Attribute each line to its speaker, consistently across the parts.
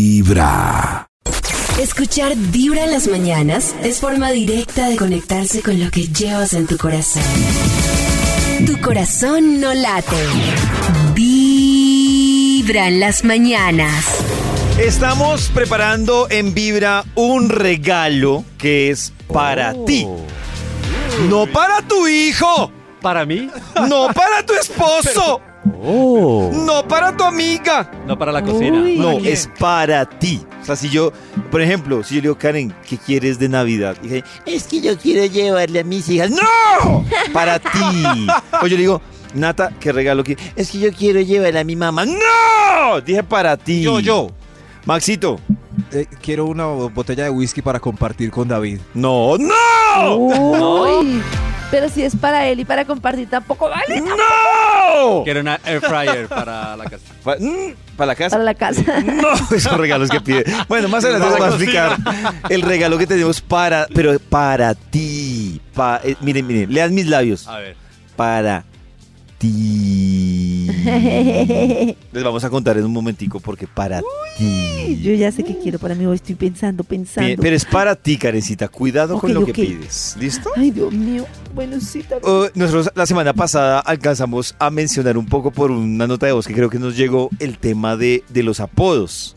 Speaker 1: Vibra.
Speaker 2: Escuchar Vibra en las mañanas es forma directa de conectarse con lo que llevas en tu corazón. Tu corazón no late. Vibra en las mañanas.
Speaker 3: Estamos preparando en Vibra un regalo que es para
Speaker 4: Oh.
Speaker 3: ti. No para tu hijo,
Speaker 4: ¿Para mí?
Speaker 3: no para tu esposo,
Speaker 4: Oh.
Speaker 3: no para tu amiga.
Speaker 4: No para la cocina.
Speaker 2: Uy.
Speaker 3: No, es para ti. O sea, si yo, por ejemplo, si yo le digo, Karen, ¿qué quieres de Navidad? Y dice, es que yo quiero llevarle a mis hijas. ¡No! Para ti. O yo le digo, Nata, ¿qué regalo quieres? Es que yo quiero llevarle a mi mamá. ¡No! Dije para ti.
Speaker 5: Yo, yo.
Speaker 3: Maxito.
Speaker 5: Eh, quiero una botella de whisky para compartir con David.
Speaker 3: No, no.
Speaker 6: Uy, pero si es para él y para compartir tampoco vale
Speaker 3: ¡No!
Speaker 4: Quiero una air fryer para la casa.
Speaker 3: Pa- mm, ¿Para la casa?
Speaker 6: para la casa.
Speaker 3: No, esos regalos que pide. Bueno, más adelante les voy a explicar el regalo que tenemos para, pero para ti. Pa- eh, miren, miren, lean mis labios.
Speaker 4: A ver.
Speaker 3: Para ti. Les vamos a contar en un momentico porque para ti.
Speaker 6: Yo ya sé que quiero para mí, hoy estoy pensando, pensando.
Speaker 3: Bien, pero es para ti, Karencita. Cuidado con
Speaker 6: Ok,
Speaker 3: lo que
Speaker 6: ok.
Speaker 3: pides. ¿Listo?
Speaker 6: Ay, Dios mío. Bueno, sí, también.
Speaker 3: Eh, nosotros la semana pasada alcanzamos a mencionar un poco por una nota de voz que creo que nos llegó el tema de, de los apodos.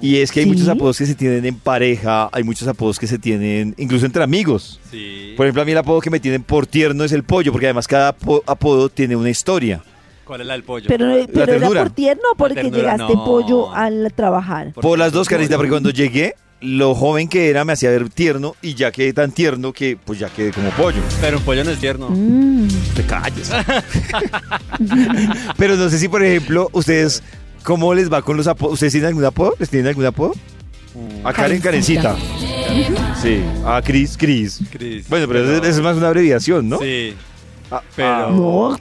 Speaker 3: Y es que hay
Speaker 6: Sí.
Speaker 3: muchos apodos que se tienen en pareja, hay muchos apodos que se tienen incluso entre amigos.
Speaker 4: Sí.
Speaker 3: Por ejemplo, a mí el apodo que me tienen por tierno es el pollo, porque además cada apo- apodo tiene una historia.
Speaker 4: ¿Cuál es la del pollo?
Speaker 6: Pero, pero era
Speaker 3: ternura.
Speaker 6: por tierno o porque
Speaker 4: ternura,
Speaker 6: llegaste
Speaker 4: no.
Speaker 6: pollo al trabajar.
Speaker 3: Por, las dos, Karencita, porque cuando llegué, lo joven que era me hacía ver tierno y ya quedé tan tierno que pues ya quedé como pollo.
Speaker 4: Pero un pollo no es tierno.
Speaker 6: Mm.
Speaker 3: Te calles. Pero no sé si, por ejemplo, ustedes, ¿cómo les va con los apodos? ¿Ustedes tienen algún apodo? ¿Les tienen algún apodo?
Speaker 4: Mm.
Speaker 3: A Karen, Karencita. Sí. A Cris, Cris.
Speaker 4: Cris.
Speaker 3: Bueno, pero eso es más una abreviación, ¿no?
Speaker 4: Sí.
Speaker 3: Ah,
Speaker 4: Pero.
Speaker 6: No.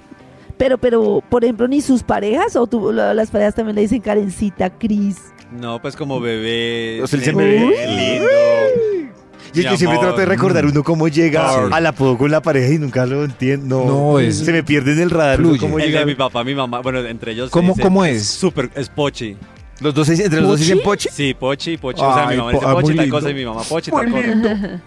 Speaker 6: Pero, pero, por ejemplo, ni sus parejas o tú- la- las parejas también le dicen Karencita, Cris.
Speaker 4: No, pues como bebé.
Speaker 3: O sea, él
Speaker 4: nene,
Speaker 3: siempre-
Speaker 4: lindo.
Speaker 3: Yo, yo
Speaker 4: Mi
Speaker 3: siempre
Speaker 4: amor.
Speaker 3: trato de recordar uno cómo llega
Speaker 4: Sí.
Speaker 3: al apodo con la pareja y nunca lo entiendo.
Speaker 5: No, es-
Speaker 3: Se me pierde en el radar. uno
Speaker 5: Fluye.
Speaker 3: cómo
Speaker 4: El
Speaker 3: llega-
Speaker 4: de mi papá, mi mamá. Bueno, entre ellos. se
Speaker 5: ¿Cómo-
Speaker 4: dice-
Speaker 5: cómo es?
Speaker 4: Súper. Es pochi.
Speaker 3: Los dos, se- entre los dos dicen pochi.
Speaker 4: Sí, pochi, pochi. O sea, mi
Speaker 5: Ay,
Speaker 4: mamá
Speaker 5: po-
Speaker 4: dice
Speaker 5: ah,
Speaker 4: pochi,
Speaker 5: muy
Speaker 4: tal
Speaker 5: lindo.
Speaker 4: cosa. Y mi mamá pochi, tal cosa.
Speaker 3: Pochi.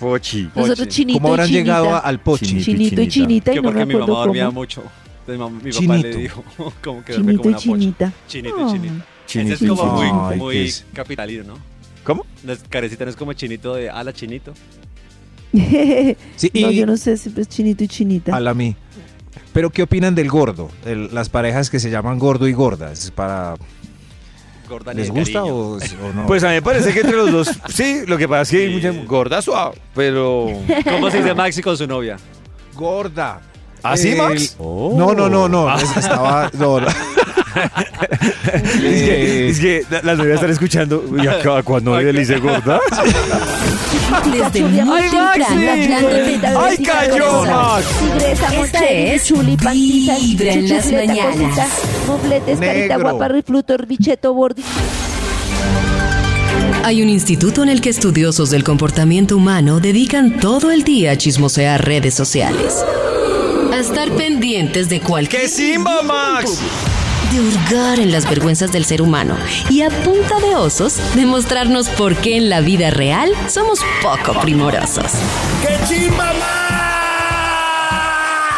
Speaker 4: Pochi.
Speaker 6: Nosotros chinito
Speaker 5: ¿Cómo habrán
Speaker 6: y chinita.
Speaker 5: llegado a- al pochi?
Speaker 3: Chinito.
Speaker 6: Chinito y chinita y
Speaker 4: Que
Speaker 6: no me
Speaker 4: porque mi mamá
Speaker 6: acuerdo
Speaker 4: dormía
Speaker 6: cómo.
Speaker 4: mucho. Entonces, mam- mi papá le
Speaker 5: Chinito.
Speaker 4: dijo como que dormía
Speaker 6: Chinito
Speaker 4: como
Speaker 6: y
Speaker 4: una pochi.
Speaker 6: chinita.
Speaker 4: Chinito y
Speaker 6: Ah.
Speaker 4: chinita.
Speaker 3: Chinito,
Speaker 4: Ese es como
Speaker 3: chinito.
Speaker 4: muy,
Speaker 5: Ay,
Speaker 4: muy
Speaker 5: qué es-
Speaker 4: capitalino, ¿no?
Speaker 3: ¿Cómo?
Speaker 4: La carecita no es como chinito de ala chinito.
Speaker 5: Sí, y
Speaker 6: no, yo no sé, siempre es chinito y chinita.
Speaker 5: a la mí. Pero ¿qué opinan del gordo? El- las parejas que se llaman gordo y gordas. Para,
Speaker 4: Gorda ni
Speaker 5: ¿Les
Speaker 4: de
Speaker 5: gusta
Speaker 4: cariño.
Speaker 5: o, o no?
Speaker 3: Pues a mí me parece que entre los dos, sí, lo que pasa es que hay
Speaker 4: Sí.
Speaker 3: mucha gorda suave, pero...
Speaker 4: ¿Cómo se dice Maxi con su novia?
Speaker 5: gorda.
Speaker 3: ¿Así, ¿Ah, Max?
Speaker 5: No, no, no, no. es- Estaba. no, no.
Speaker 3: Es que,
Speaker 5: Eh,
Speaker 3: es que la- las novias están escuchando. Y acá, cuando le dice gorda.
Speaker 2: Desde muy temprano, hablándote de
Speaker 3: ¡Ay,
Speaker 2: ti,
Speaker 3: cayó,
Speaker 2: corazón.
Speaker 3: Max!
Speaker 6: Tigresa,
Speaker 2: Esta
Speaker 6: mortadela,
Speaker 2: es
Speaker 6: chuli, pantitas,
Speaker 2: Vibra en las
Speaker 6: chuchufleta,
Speaker 2: mañanas.
Speaker 6: cosita, Mofletes, carita
Speaker 5: Negro.
Speaker 6: guapa, rifluto, bicheto, bordi.
Speaker 2: Hay un instituto en el que estudiosos del comportamiento humano dedican todo el día a chismosear redes sociales. A estar pendientes de cualquier...
Speaker 3: ¡Qué simba, Max!
Speaker 2: De hurgar en las vergüenzas del ser humano y a punta de osos demostrarnos por qué en la vida real somos poco primorosos.
Speaker 3: ¡Qué chimba,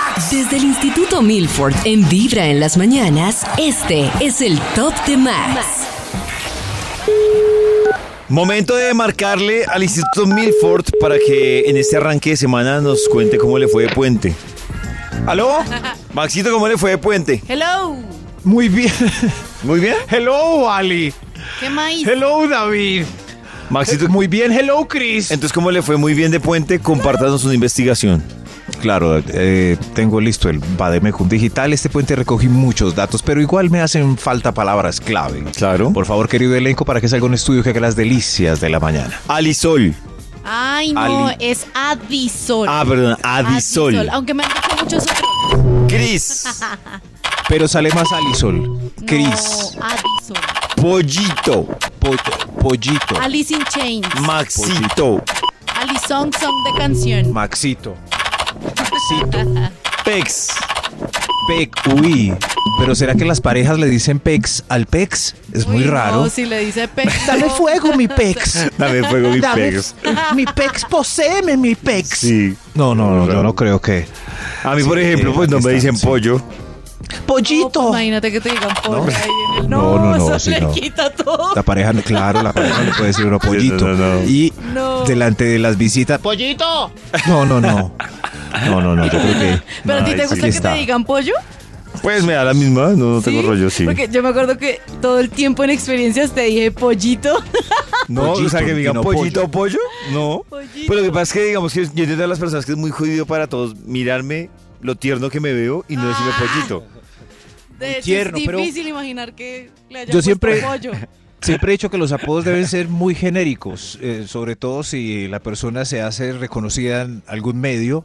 Speaker 3: Max!
Speaker 2: Desde el Instituto Milford en Vibra en las mañanas, este es el Top de Max.
Speaker 3: Momento de marcarle al Instituto Milford para que en este arranque de semana nos cuente cómo le fue de puente. ¿Aló? Maxito, ¿cómo le fue de puente?
Speaker 7: Hello,
Speaker 5: muy bien.
Speaker 3: ¿Muy bien?
Speaker 5: Hello, Ali.
Speaker 7: ¿qué maíz?
Speaker 5: Hello, David.
Speaker 3: Maxito,
Speaker 5: Muy bien. Hello, Chris.
Speaker 3: entonces, ¿cómo le fue muy bien de puente? Compártanos una investigación.
Speaker 5: Claro, eh, tengo listo el Bademecum Digital. Este puente recogí muchos datos, pero igual me hacen falta palabras clave.
Speaker 3: Claro.
Speaker 5: Por favor, querido elenco, para que salga un estudio que haga las delicias de la mañana.
Speaker 3: Alisol.
Speaker 7: Ay, no,
Speaker 5: Ali.
Speaker 7: es Adisol.
Speaker 3: Ah, perdón, Adisol.
Speaker 7: Aunque me han dicho muchos otros.
Speaker 3: Cris.
Speaker 5: Pero sale más Alisol, Cris,
Speaker 7: No, Adisol.
Speaker 3: Pollito.
Speaker 5: Po- Pollito,
Speaker 7: Alice in Chains.
Speaker 3: Maxito.
Speaker 7: Ali Song Song de canción.
Speaker 5: Maxito, Maxito,
Speaker 3: Pex.
Speaker 5: Pec, uy. Pero ¿será que las parejas le dicen pex al pex? Es muy
Speaker 7: Uy,
Speaker 5: raro.
Speaker 7: No, si le dice pex.
Speaker 5: Dame
Speaker 7: no.
Speaker 5: fuego, mi pex.
Speaker 3: Dame fuego y
Speaker 5: Dame-
Speaker 3: pegas.
Speaker 5: Mi pex, poseeme mi pex.
Speaker 3: Sí.
Speaker 5: No, no, no, yo no creo que.
Speaker 3: A mí,
Speaker 5: Sí,
Speaker 3: por ejemplo,
Speaker 5: eh,
Speaker 3: pues no
Speaker 5: aquí
Speaker 3: me
Speaker 5: está,
Speaker 3: dicen
Speaker 5: sí.
Speaker 3: pollo.
Speaker 7: No,
Speaker 5: ¡Pollito!
Speaker 7: pues imagínate que te digan pollo ahí en el.
Speaker 5: No, no, no,
Speaker 7: eso
Speaker 5: sí,
Speaker 7: le
Speaker 5: no.
Speaker 7: quita todo.
Speaker 5: La pareja, claro, la pareja le puede decir uno pollito.
Speaker 3: no, no, no.
Speaker 5: Y
Speaker 7: No.
Speaker 5: delante de las visitas. ¡Pollito! No, no, no. No, no, no, yo creo que.
Speaker 7: Pero a ti
Speaker 3: Ay,
Speaker 7: te
Speaker 3: sí.
Speaker 7: gusta que
Speaker 5: Está.
Speaker 7: te digan pollo?
Speaker 3: Pues me da la misma, no, no tengo
Speaker 7: ¿Sí?
Speaker 3: rollo, sí.
Speaker 7: Porque yo me acuerdo que todo el tiempo en experiencias te dije pollito.
Speaker 3: No, o sea,
Speaker 5: Pollito,
Speaker 3: que digan
Speaker 5: no
Speaker 3: pollito o pollo, no.
Speaker 7: Pollito.
Speaker 3: Pero lo que pasa es que, digamos, que yo entiendo a las personas que es muy jodido para todos mirarme lo tierno que me veo y no decirme
Speaker 7: Ah.
Speaker 3: pollito.
Speaker 7: De hecho,
Speaker 5: tierno,
Speaker 7: es
Speaker 5: pero-
Speaker 7: difícil imaginar que le haya
Speaker 5: Yo siempre-
Speaker 7: pollo.
Speaker 5: Siempre he dicho que los apodos deben ser muy genéricos, eh, sobre todo si la persona se hace reconocida en algún medio.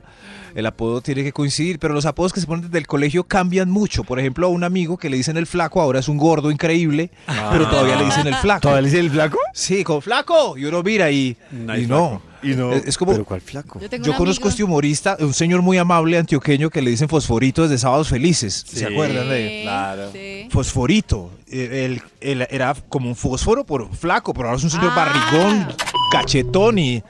Speaker 5: El apodo tiene que coincidir, pero los apodos que se ponen desde el colegio cambian mucho. Por ejemplo, a un amigo que le dicen el flaco, ahora es un gordo increíble, pero todavía le dicen el flaco.
Speaker 3: Ah. ¿Todavía le dicen el flaco?
Speaker 5: Sí, con flaco. Y uno mira y,
Speaker 4: No
Speaker 5: y
Speaker 4: hay
Speaker 5: no.
Speaker 3: Y no.
Speaker 5: Es- es como-
Speaker 3: ¿Pero cuál flaco?
Speaker 7: Yo, tengo
Speaker 5: Yo
Speaker 7: un
Speaker 5: conozco a este
Speaker 7: amigo-
Speaker 5: humorista, un señor muy amable antioqueño que le dicen fosforito desde Sábados Felices.
Speaker 4: Sí.
Speaker 5: ¿Se acuerdan de él?
Speaker 7: Sí,
Speaker 4: Claro.
Speaker 7: sí.
Speaker 5: Fosforito. Eh, Él, él era como un fósforo, pero flaco, pero ahora es un señor
Speaker 7: Ah.
Speaker 5: barrigón, cachetón y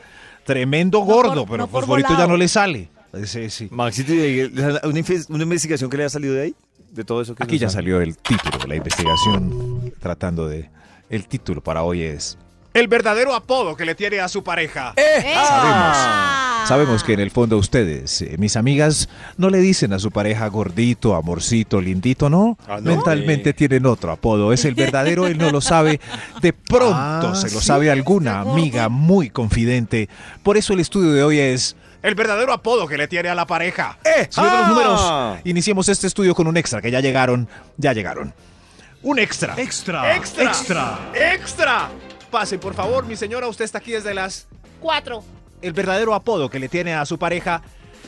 Speaker 5: tremendo
Speaker 7: por-
Speaker 5: gordo, pero
Speaker 7: no por
Speaker 5: fosforito ya
Speaker 7: volado.
Speaker 5: no le sale. Eh, sí, sí.
Speaker 3: Maxito, ¿y una, infe- una investigación que le ha salido de ahí? De todo eso que
Speaker 5: Aquí
Speaker 3: nos
Speaker 5: ya
Speaker 3: han-
Speaker 5: salió el título de la investigación, tratando de... El título para hoy es... El verdadero apodo que le tiene a su pareja.
Speaker 7: Eh. Ah.
Speaker 5: Sabemos que en el fondo ustedes, eh, mis amigas, no le dicen a su pareja gordito, amorcito, lindito, ¿no?
Speaker 3: Ah, ¿no?
Speaker 5: Mentalmente tienen otro apodo. Es el verdadero, él no lo sabe. De pronto se lo sabe alguna amiga muy confidente. Por eso el estudio de hoy es... El verdadero apodo que le tiene a la pareja. ¡Eh! Señor de los
Speaker 3: Ah.
Speaker 5: números, iniciemos este estudio con un extra, que ya llegaron, ya llegaron. Un extra. Extra. Extra. Extra. Extra. Pase, por favor, mi señora, usted está aquí desde las 4. El verdadero apodo que le tiene a su pareja.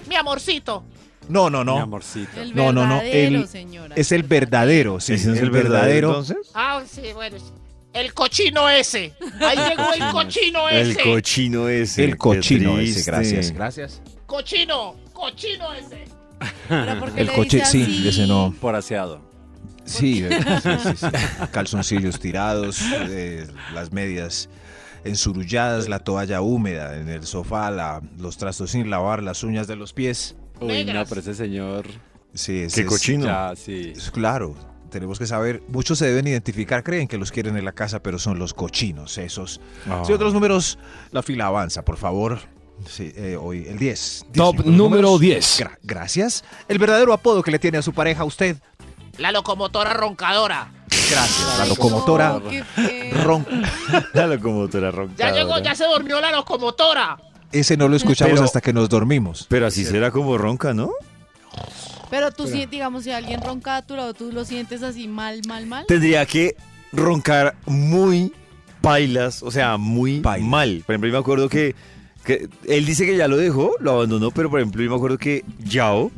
Speaker 5: Mi amorcito. No, no,
Speaker 4: Mi
Speaker 5: no.
Speaker 4: amorcito.
Speaker 7: El
Speaker 5: No, no, no,
Speaker 7: verdadero,
Speaker 5: el-
Speaker 7: señora.
Speaker 5: Es el verdadero, sí,
Speaker 3: ¿Ese
Speaker 5: es el verdadero.
Speaker 3: entonces?
Speaker 1: Ah, sí, bueno. El cochino ese. Ahí llegó el cochino
Speaker 3: El
Speaker 1: ese.
Speaker 3: cochino ese.
Speaker 5: El
Speaker 3: qué
Speaker 5: cochino ese,
Speaker 3: triste.
Speaker 5: gracias, gracias.
Speaker 1: cochino, cochino ese.
Speaker 7: Pero ¿por qué
Speaker 5: El
Speaker 7: le
Speaker 5: coche,
Speaker 7: dice
Speaker 5: sí,
Speaker 7: así?
Speaker 5: ese no.
Speaker 4: Por aseado.
Speaker 5: Sí, eh, sí, sí, sí. calzoncillos tirados, eh, las medias ensurulladas, la toalla húmeda en el sofá, la- los trastos sin lavar, las uñas de los pies.
Speaker 4: Uy, no,
Speaker 1: Negras.
Speaker 4: pero ese señor.
Speaker 5: Sí, ese
Speaker 3: Qué
Speaker 5: es-
Speaker 3: cochino.
Speaker 4: Ya, sí.
Speaker 5: es claro, tenemos que saber. Muchos se deben identificar, creen que los quieren en la casa, pero son los cochinos esos.
Speaker 3: Ah.
Speaker 5: Si otros números, la fila avanza, por favor. Sí, eh, hoy el 10.
Speaker 8: Top
Speaker 5: Diez números.
Speaker 8: número 10.
Speaker 5: Gra- gracias. El verdadero apodo que le tiene a su pareja usted.
Speaker 1: La locomotora roncadora.
Speaker 5: Gracias. La
Speaker 7: Ay,
Speaker 3: Ah,
Speaker 5: locomotora
Speaker 7: no, qué feo.
Speaker 5: ronca.
Speaker 3: La locomotora roncadora.
Speaker 1: Ya llegó, ya se durmió la locomotora.
Speaker 5: Ese no lo escuchamos
Speaker 3: Pero-
Speaker 5: hasta que nos dormimos.
Speaker 3: Pero así será como ronca, ¿no?
Speaker 7: Pero tú sí, digamos, si alguien ronca a tu lado, tú lo sientes así mal, mal, mal.
Speaker 3: Tendría que roncar muy pailas, o sea, muy
Speaker 5: Pailas.
Speaker 3: mal. Por ejemplo, yo me acuerdo que, que él dice que ya lo dejó, lo abandonó, pero por ejemplo, yo me acuerdo que Yao,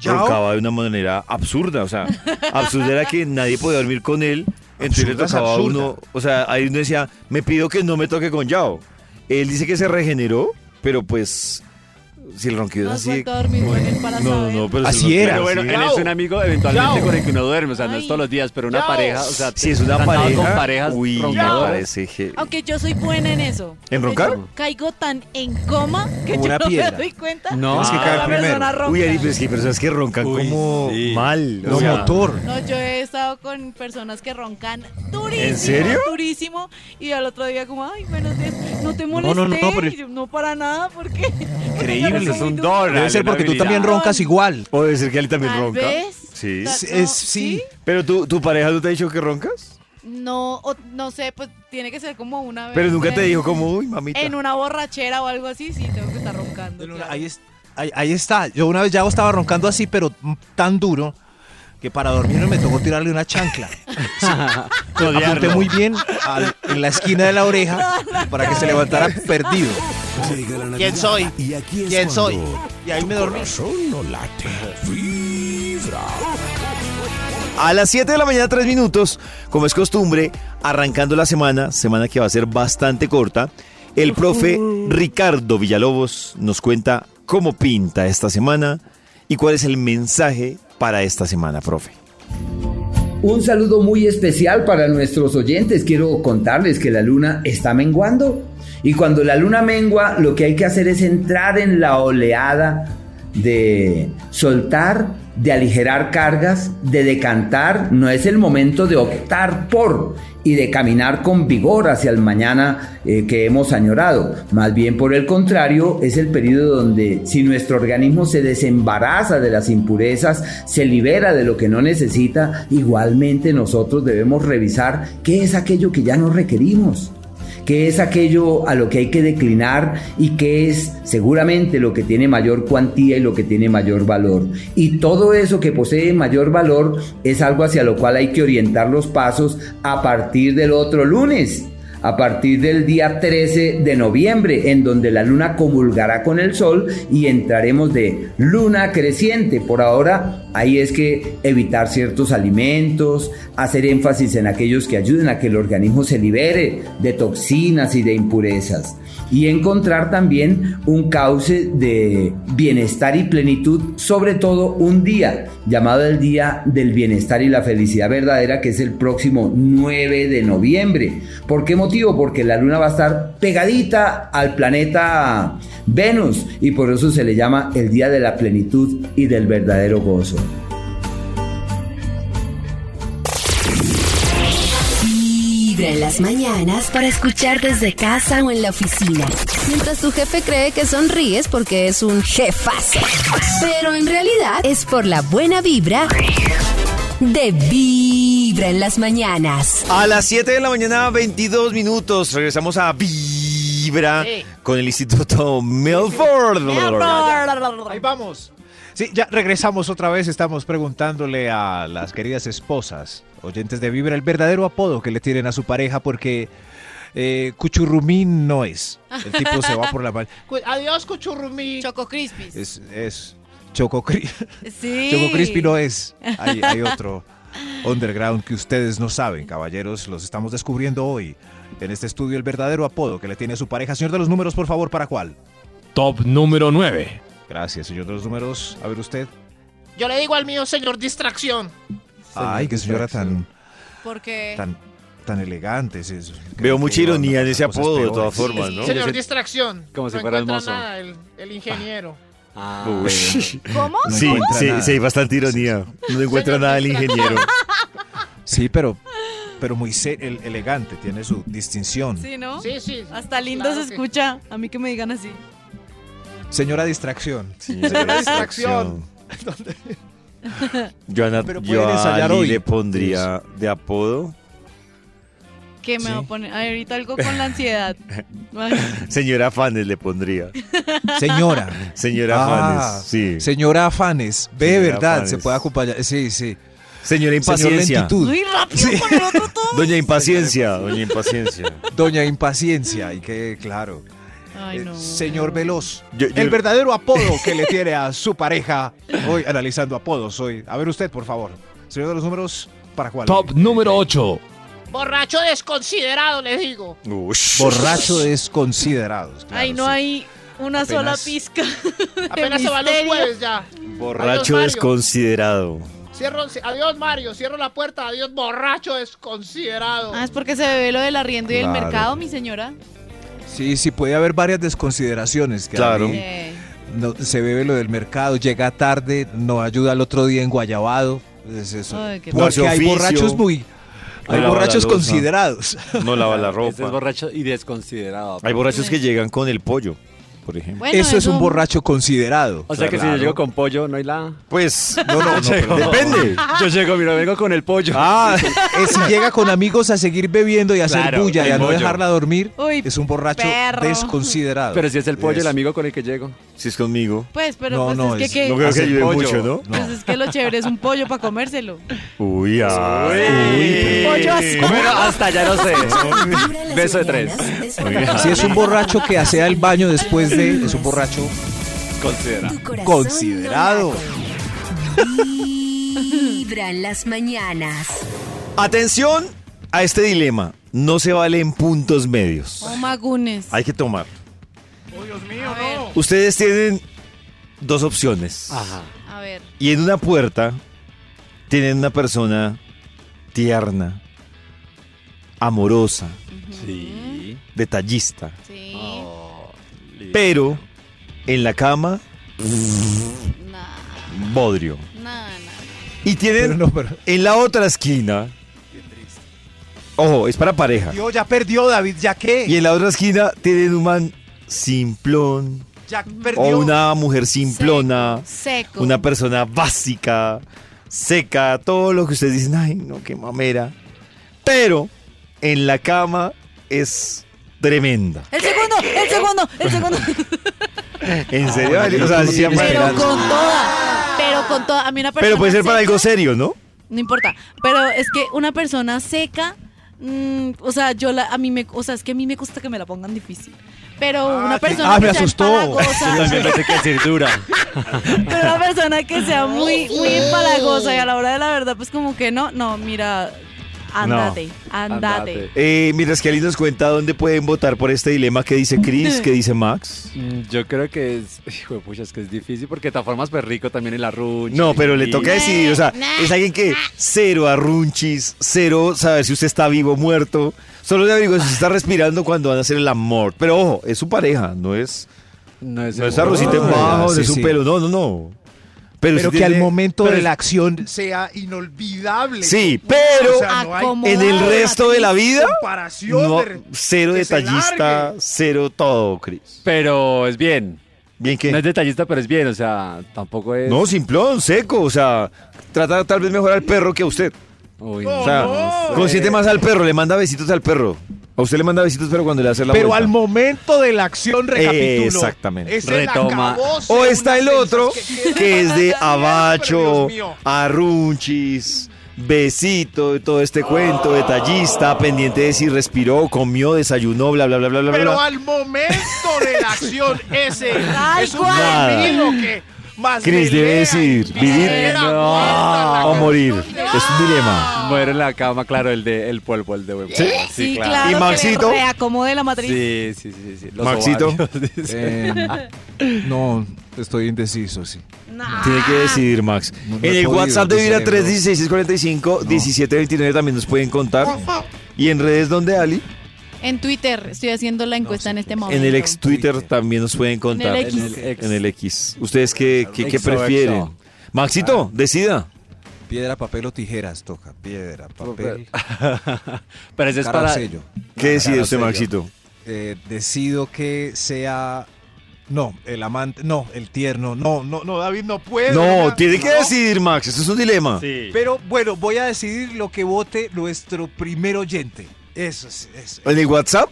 Speaker 5: Yao.
Speaker 3: roncaba de una manera absurda, o sea, absurda era que nadie podía dormir con él, entonces le
Speaker 5: Absurda es
Speaker 3: tocaba a
Speaker 5: absurda.
Speaker 3: uno, o sea, ahí uno decía, me pido que no me toque con Yao. Él dice que se regeneró, pero pues, si el ronquido
Speaker 7: No
Speaker 3: es
Speaker 7: has
Speaker 3: así...
Speaker 7: vuelto a dormir con él para
Speaker 3: No,
Speaker 7: saber.
Speaker 3: no, pero si el
Speaker 5: Así
Speaker 3: ronquido
Speaker 5: era.
Speaker 4: Pero bueno,
Speaker 3: así-
Speaker 4: él es un amigo eventualmente con el que uno duerme, o sea, no es
Speaker 7: Ay.
Speaker 4: todos los días, pero una
Speaker 1: Chao.
Speaker 4: pareja, o sea,
Speaker 3: Si es una
Speaker 4: tratado
Speaker 3: pareja,
Speaker 4: con parejas
Speaker 3: uy, me
Speaker 4: roncadoras.
Speaker 3: parece que-
Speaker 7: Aunque yo soy buena en eso.
Speaker 3: ¿En roncar?
Speaker 7: Yo caigo tan en coma que
Speaker 5: Como
Speaker 7: yo
Speaker 5: una
Speaker 7: no me
Speaker 5: piedra.
Speaker 7: doy cuenta.
Speaker 4: No.
Speaker 5: Tienes
Speaker 3: Ah.
Speaker 5: que
Speaker 7: que
Speaker 5: caer
Speaker 7: la persona
Speaker 5: primero.
Speaker 7: ronca.
Speaker 3: Uy, Ari, pero es que hay personas que roncan
Speaker 4: Uy,
Speaker 3: como
Speaker 4: sí.
Speaker 3: mal. o
Speaker 5: No,
Speaker 3: sea,
Speaker 5: motor.
Speaker 7: No, yo he estado con personas que roncan durísimo.
Speaker 3: ¿En serio?
Speaker 7: Durísimo. Y al otro día como, ay, buenos días, no te molesté.
Speaker 5: no, no, pero-
Speaker 7: Y yo, "No, para nada, ¿por qué?
Speaker 5: Increíble,
Speaker 4: Eso
Speaker 7: Porque
Speaker 4: es
Speaker 7: muy
Speaker 4: un
Speaker 7: duro".
Speaker 4: don.
Speaker 5: Debe ser porque tú también
Speaker 7: habilidad.
Speaker 5: roncas igual.
Speaker 3: O debe ser que Ali también
Speaker 7: Tal
Speaker 3: ronca.
Speaker 7: vez.
Speaker 3: Sí.
Speaker 7: Tal-
Speaker 5: Sí,
Speaker 7: no,
Speaker 5: es- sí.
Speaker 3: Pero tú, tu pareja no te ha dicho que roncas.
Speaker 7: No, o- no sé, pues tiene que ser como una vez.
Speaker 3: Pero nunca te
Speaker 7: en-
Speaker 3: dijo como, uy, mamita.
Speaker 7: En una borrachera o algo así, sí, tengo que estar roncando. claro.
Speaker 5: Ahí, es- ahí- ahí está. Yo una vez ya estaba roncando así, pero tan duro que para dormirme me tocó tirarle una chancla. Apunté muy bien al- en la esquina de la oreja para que se levantara perdido.
Speaker 1: ¿Quién soy?
Speaker 9: Y aquí es
Speaker 5: ¿Quién soy?
Speaker 9: cuando
Speaker 5: Y ahí me
Speaker 9: tu
Speaker 5: dormí.
Speaker 9: corazón no late, vibra.
Speaker 3: A las 7 de la mañana, 3 minutos, como es costumbre, arrancando la semana, semana que va a ser bastante corta, el profe Ricardo Villalobos nos cuenta cómo pinta esta semana y cuál es el mensaje para esta semana, profe?
Speaker 8: Un saludo muy especial para nuestros oyentes. Quiero contarles que la luna está menguando. Y cuando la luna mengua, lo que hay que hacer es entrar en la oleada de soltar, de aligerar cargas, de decantar. No es el momento de optar por y de caminar con vigor hacia el mañana eh, que hemos añorado. Más bien por el contrario, es el periodo donde si nuestro organismo se desembaraza de las impurezas, se libera de lo que no necesita, igualmente nosotros debemos revisar qué es aquello que ya no requerimos qué es aquello a lo que hay que declinar y qué es seguramente lo que tiene mayor cuantía y lo que tiene mayor valor. Y todo eso que posee mayor valor es algo hacia lo cual hay que orientar los pasos a partir del otro lunes. A partir del día 13 de noviembre, en donde la luna comulgará con el sol y entraremos de luna creciente. Por ahora Ahí es que evitar ciertos alimentos, hacer énfasis en aquellos que ayuden a que el organismo se libere de toxinas y de impurezas. Y encontrar también un cauce de bienestar y plenitud, sobre todo un día llamado el Día del Bienestar y la Felicidad Verdadera, que es el próximo 9 de noviembre. ¿Por qué motivo? Porque la luna va a estar pegadita al planeta Venus y por eso se le llama el Día de la Plenitud y del Verdadero Gozo.
Speaker 2: Vibra en las mañanas para escuchar desde casa o en la oficina. Mientras tu jefe cree que sonríes porque es un jefazo. Pero en realidad es por la buena vibra de Vibra en las mañanas.
Speaker 3: A las 7 de la mañana, 22 minutos, regresamos a Vibra
Speaker 1: Sí.
Speaker 3: con el Instituto Milford.
Speaker 5: Ahí vamos. Sí, ya regresamos otra vez. Estamos preguntándole a las queridas esposas, oyentes de Vibra, el verdadero apodo que le tienen a su pareja porque eh, Cuchurrumín no es. El tipo se va por la mano.
Speaker 1: Cu- Adiós, Cuchurrumí.
Speaker 7: Choco Crispis.
Speaker 5: Es, es Choco, Cri-
Speaker 7: sí.
Speaker 5: Choco Crispy no es. Hay, hay otro underground que ustedes no saben, caballeros. Los estamos descubriendo hoy. En este estudio, el verdadero apodo que le tiene a su pareja. Señor de los números, por favor, ¿para cuál?
Speaker 9: Top número 9.
Speaker 5: Gracias, señor de los números. A ver usted.
Speaker 1: Yo le digo al mío, señor distracción.
Speaker 5: Ay, qué señora tan...
Speaker 7: Porque
Speaker 5: tan, tan elegantes. es-
Speaker 3: Veo
Speaker 5: que
Speaker 3: mucha
Speaker 5: llevan
Speaker 3: ironía en ese
Speaker 5: cosas
Speaker 3: apodo, de
Speaker 5: peores.
Speaker 3: todas formas, ¿no?
Speaker 1: Señor
Speaker 4: Ese-
Speaker 1: distracción.
Speaker 4: como si
Speaker 1: No
Speaker 4: fuera el
Speaker 1: encuentra
Speaker 4: mozo.
Speaker 1: nada el, el ingeniero.
Speaker 4: Ah,
Speaker 3: Uy.
Speaker 7: ¿Cómo?
Speaker 5: No
Speaker 3: Sí,
Speaker 5: encuentra
Speaker 3: sí,
Speaker 5: nada.
Speaker 3: sí, hay bastante ironía. No encuentra
Speaker 1: Señor
Speaker 3: nada el
Speaker 1: distracción.
Speaker 3: ingeniero.
Speaker 5: Sí, pero, pero muy se- el- elegante, tiene su distinción.
Speaker 7: Sí, ¿no?
Speaker 1: Sí, sí.
Speaker 7: Hasta lindo
Speaker 1: Claro
Speaker 7: se
Speaker 1: que-
Speaker 7: escucha. A mí que me digan así.
Speaker 5: Señora distracción.
Speaker 1: Señora distracción.
Speaker 3: Yo a, Nat-
Speaker 5: Pero
Speaker 3: yo
Speaker 5: pueden
Speaker 3: a
Speaker 5: ensayar
Speaker 3: Ali
Speaker 5: hoy.
Speaker 3: le pondría de apodo
Speaker 7: Que me
Speaker 5: Sí.
Speaker 7: va a poner. Ay, ahorita algo con la ansiedad. Ay,
Speaker 3: Señora Fanes le pondría.
Speaker 5: Señora.
Speaker 3: Señora
Speaker 5: Ah,
Speaker 3: Fanes, sí.
Speaker 5: Señora Afanes. Ve,
Speaker 3: Señora
Speaker 5: verdad, se
Speaker 3: Afanes.
Speaker 5: puede acompañar. Sí, sí.
Speaker 3: Señora
Speaker 5: Señor
Speaker 3: Impaciencia.
Speaker 5: lentitud.
Speaker 7: Uy, rápido con el otro todo.
Speaker 3: Doña Impaciencia. Doña Impaciencia.
Speaker 5: Doña impaciencia. Y que, claro.
Speaker 7: Ay,
Speaker 5: Eh,
Speaker 7: no.
Speaker 5: Señor Veloz.
Speaker 3: Yo- yo-
Speaker 5: El verdadero apodo que le tiene a su pareja. Hoy analizando apodos. Hoy. A ver usted, por favor. Señor de los números, ¿para cuál?
Speaker 9: Top número 8.
Speaker 1: Borracho desconsiderado, le digo.
Speaker 3: Ush.
Speaker 5: Borracho desconsiderado. claro,
Speaker 7: Ay, no
Speaker 5: sí.
Speaker 7: hay una
Speaker 5: Apenas-
Speaker 7: sola pizca. de
Speaker 1: Apenas se van los
Speaker 7: misterio.
Speaker 1: jueves ya. Adiós,
Speaker 3: Borracho
Speaker 1: Mario.
Speaker 3: desconsiderado.
Speaker 1: Cierro, adiós, Mario. Cierro la puerta. Adiós, borracho desconsiderado.
Speaker 7: Ah, es porque se bebe lo del arriendo y del
Speaker 5: Claro.
Speaker 7: mercado, mi señora.
Speaker 5: Sí, sí, puede haber varias desconsideraciones. que
Speaker 3: Claro.
Speaker 5: a mí
Speaker 7: Eh,
Speaker 5: no- se bebe lo del mercado, llega tarde, no ayuda al otro día en Guayabado. Es eso.
Speaker 7: Ay, qué
Speaker 3: No hace
Speaker 5: Porque hay
Speaker 3: oficio.
Speaker 5: borrachos muy. Hay
Speaker 3: lava la
Speaker 5: borrachos
Speaker 3: loza.
Speaker 5: considerados.
Speaker 3: No lava la
Speaker 4: Este es
Speaker 3: ropa.
Speaker 4: borracho y desconsiderado.
Speaker 3: Hay borrachos que llegan con el pollo, por ejemplo.
Speaker 7: bueno,
Speaker 5: eso es un borracho considerado.
Speaker 4: O sea que si yo
Speaker 5: Claro.
Speaker 4: llego con pollo, no hay la.
Speaker 3: Pues, no, no,
Speaker 4: Llego.
Speaker 3: depende.
Speaker 4: Yo llego, mira, vengo con el pollo.
Speaker 5: Ah, eh, si llega con amigos a seguir bebiendo y a hacer
Speaker 4: Claro,
Speaker 5: bulla y a
Speaker 4: el
Speaker 5: no
Speaker 4: bollo.
Speaker 5: dejarla dormir,
Speaker 7: Uy,
Speaker 5: es un borracho
Speaker 7: perro.
Speaker 5: desconsiderado.
Speaker 4: Pero si es el pollo, el
Speaker 5: Eso.
Speaker 4: amigo con el que llego.
Speaker 3: Si es conmigo.
Speaker 7: Pues, pero
Speaker 5: No,
Speaker 7: pues
Speaker 5: no,
Speaker 7: es,
Speaker 5: es-
Speaker 7: que, ¿qué?
Speaker 3: No creo que
Speaker 4: Hace
Speaker 3: ayude
Speaker 4: pollo.
Speaker 3: mucho, ¿no?
Speaker 7: Pues es que lo chévere es un pollo para comérselo.
Speaker 3: Uy, ah.
Speaker 4: Uy.
Speaker 3: ay.
Speaker 7: Pollo así.
Speaker 4: Eh, Bueno, hasta ya no sé.
Speaker 2: Vibra en las
Speaker 4: Beso de tres.
Speaker 2: mañanas es por
Speaker 3: Oiga.
Speaker 2: la
Speaker 5: Si es un
Speaker 2: buena
Speaker 5: borracho que asea el baño después de. Es un borracho
Speaker 4: Considera.
Speaker 5: Ah,
Speaker 2: Tu corazón
Speaker 5: considerado.
Speaker 2: no late. Vibra en las mañanas.
Speaker 3: Atención a este dilema. No se valen puntos medios.
Speaker 7: Oh, magunes.
Speaker 3: Hay que tomar.
Speaker 7: a ver,
Speaker 3: Ustedes tienen dos opciones.
Speaker 4: Ajá.
Speaker 7: a ver.
Speaker 3: Y en una puerta tienen una persona tierna, amorosa,
Speaker 4: Sí.
Speaker 3: detallista,
Speaker 7: Sí.
Speaker 5: Oh,
Speaker 3: pero en la cama,
Speaker 7: Nah,
Speaker 3: bodrio.
Speaker 7: nah, nah.
Speaker 3: Y
Speaker 5: Pero
Speaker 3: tienen
Speaker 5: no, pero-
Speaker 3: en la otra esquina. Ojo, es para pareja.
Speaker 5: Dios, ya perdió David, ¿ya qué?
Speaker 3: Y en la otra esquina tienen un man simplón.
Speaker 5: Ya
Speaker 3: O
Speaker 5: perdió.
Speaker 3: una mujer simplona.
Speaker 7: Seco.
Speaker 3: Una persona básica, seca, todo lo que ustedes dicen, ay, no, qué mamera. Pero en la cama es tremenda.
Speaker 7: El segundo, Oh, el segundo, el segundo.
Speaker 3: En serio,
Speaker 5: Ay,
Speaker 3: o sea,
Speaker 5: no
Speaker 3: sí
Speaker 5: tiene
Speaker 3: amarga.
Speaker 7: Pero
Speaker 5: Esperanza.
Speaker 7: con toda. Pero con toda. A mí una persona.
Speaker 3: Pero puede ser para
Speaker 7: seca-
Speaker 3: algo serio, ¿no?
Speaker 7: No importa. Pero es que una persona seca. mm, o sea, yo la, a mí me, o sea, es que a mí me gusta que me la pongan difícil. Pero una persona
Speaker 5: ah,
Speaker 7: que
Speaker 5: me
Speaker 7: sea
Speaker 5: asustó.
Speaker 7: empalagosa,
Speaker 4: También pensé que decir dura.
Speaker 7: pero una persona que sea muy, muy empalagosa y a la hora de la verdad, pues como que no, no, mira, andate, andate.
Speaker 4: Andate.
Speaker 3: Eh, mientras que Ali nos cuenta dónde pueden votar por este dilema que dice Chris, que dice Max.
Speaker 4: Mm, Yo creo que es. Hijo de pucha, es que es difícil porque de todas formas pues rico también en la rucha.
Speaker 3: No, pero le
Speaker 4: Y-
Speaker 3: toca decidir, o sea, es alguien que cero arrunchis, cero saber si usted está vivo o muerto. Solo le averigua si está respirando cuando van a hacer el amor. Pero ojo, es su pareja, no es
Speaker 4: No es,
Speaker 3: No es arrocito en
Speaker 5: Ah,
Speaker 3: bajo,
Speaker 5: sí,
Speaker 3: de su
Speaker 5: sí.
Speaker 3: pelo, no, no, no. Pero,
Speaker 5: Pero
Speaker 3: sí
Speaker 5: que al
Speaker 3: tiene-
Speaker 5: momento
Speaker 3: pero
Speaker 5: de
Speaker 3: es-
Speaker 5: la acción sea inolvidable.
Speaker 3: Sí, pero
Speaker 5: O sea, no hay
Speaker 7: Acomoda
Speaker 3: en el
Speaker 7: la
Speaker 3: resto de la vida,
Speaker 5: comparación.
Speaker 3: no,
Speaker 5: de-
Speaker 3: cero
Speaker 5: que se
Speaker 3: detallista,
Speaker 5: largue.
Speaker 3: cero todo, Cris.
Speaker 4: Pero es bien.
Speaker 3: Bien
Speaker 4: No es
Speaker 3: que...
Speaker 4: detallista, pero es bien. O sea, tampoco es.
Speaker 3: No, simplón, seco, o sea, trata tal vez mejor al perro que a usted.
Speaker 4: Uy,
Speaker 3: O sea,
Speaker 4: no sé.
Speaker 3: consiente más al perro, le manda besitos al perro. A usted le manda besitos, pero cuando le hace la
Speaker 5: Pero
Speaker 3: vuelta.
Speaker 5: al momento de la acción recapitulo.
Speaker 3: Exactamente.
Speaker 5: Es el
Speaker 4: Retoma.
Speaker 5: acabose,
Speaker 3: O está el
Speaker 5: una
Speaker 3: otro,
Speaker 5: sensación
Speaker 3: que es de abacho,
Speaker 5: Dios mío.
Speaker 3: arrunchis, besito, y todo este cuento, detallista, pendiente de si respiró, comió, desayunó, bla, bla, bla, bla, bla,
Speaker 1: Pero
Speaker 3: bla.
Speaker 1: al momento de la acción ese
Speaker 7: Tal
Speaker 1: es un
Speaker 7: cual.
Speaker 3: Nada.
Speaker 1: individuo que más
Speaker 3: Chris,
Speaker 1: pelea
Speaker 3: debe
Speaker 1: y
Speaker 3: decir,
Speaker 1: pelea,
Speaker 3: vivir
Speaker 1: muerta la
Speaker 3: o morir.
Speaker 1: canción
Speaker 3: Es un dilema.
Speaker 4: Muero en la cama, claro, el de el polvo, el de huevo. Sí,
Speaker 7: Sí, claro.
Speaker 3: ¿Y
Speaker 7: que
Speaker 3: Maxito?
Speaker 7: le reacomode la matriz.
Speaker 4: Sí, sí, sí, sí. este, Los
Speaker 3: Maxito.
Speaker 4: ovarios, dice.
Speaker 5: Eh, no, estoy indeciso, sí.
Speaker 7: Nah.
Speaker 3: Tiene que decidir, Max.
Speaker 5: No, no he
Speaker 3: en el
Speaker 5: podido,
Speaker 3: WhatsApp de
Speaker 5: mi
Speaker 3: Vibra
Speaker 5: cerebro.
Speaker 3: 316-645, 1729 también nos pueden contar. Y en redes donde Ali,
Speaker 7: En Twitter estoy haciendo la encuesta en este momento.
Speaker 3: en el ex Twitter también nos pueden contar.
Speaker 7: En el X.
Speaker 4: En el X.
Speaker 3: En el X. ¿Ustedes qué, qué- qué
Speaker 4: Exo,
Speaker 3: prefieren?
Speaker 4: exo. Ah.
Speaker 3: Maxito, decida.
Speaker 5: Piedra, papel o tijeras, toca. Piedra, papel.
Speaker 4: Pero ese es
Speaker 5: cara o
Speaker 4: para.
Speaker 5: sello.
Speaker 3: ¿Qué decide
Speaker 4: claro,
Speaker 3: usted,
Speaker 4: soy yo.
Speaker 3: Maxito?
Speaker 5: Eh, decido que sea. No, el amante. No, el tierno. No, no, no, David, no puede.
Speaker 3: No, tiene que
Speaker 5: No.
Speaker 3: decidir, Max. Esto es un dilema.
Speaker 4: Sí.
Speaker 5: Pero bueno, voy a decidir lo que vote nuestro primer oyente. Eso sí, eso.
Speaker 3: ¿En el WhatsApp?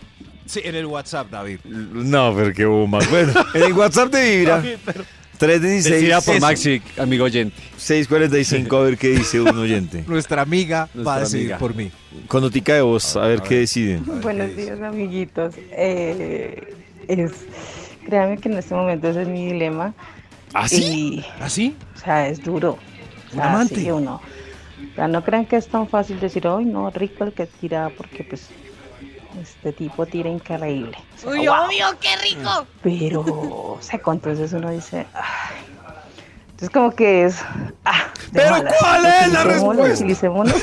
Speaker 5: Sí, en el WhatsApp, David.
Speaker 3: No, pero qué bomba. Bueno, en el WhatsApp de Vibra.
Speaker 4: Decida por
Speaker 3: 316
Speaker 4: Maxi, amigo oyente.
Speaker 3: 645, a ver qué dice un oyente.
Speaker 5: Nuestra amiga va a
Speaker 4: Nuestra
Speaker 5: decidir
Speaker 4: amiga.
Speaker 5: por mí.
Speaker 3: Con notica de voz, a ver qué decide.
Speaker 10: Buenos días, amiguitos. Eh, es, créanme que en este momento ese es mi dilema.
Speaker 3: ¿Ah,
Speaker 10: ¿Así?
Speaker 5: ¿Así?
Speaker 10: o sea, es duro. O
Speaker 5: ¿Un
Speaker 10: sea,
Speaker 5: amante?
Speaker 10: sí, uno. O sea, no crean que es tan fácil decir, hoy no, rico el que tira, porque pues este tipo tira increíble. O sea,
Speaker 7: Uy,
Speaker 10: guau.
Speaker 7: obvio, qué rico.
Speaker 10: Pero, o sea, con- entonces uno dice, "Ay". entonces como que es, ah, de
Speaker 3: Pero
Speaker 10: malas.
Speaker 3: ¿cuál es la
Speaker 10: Utilicémoslo,
Speaker 3: respuesta?
Speaker 10: utilicémoslo.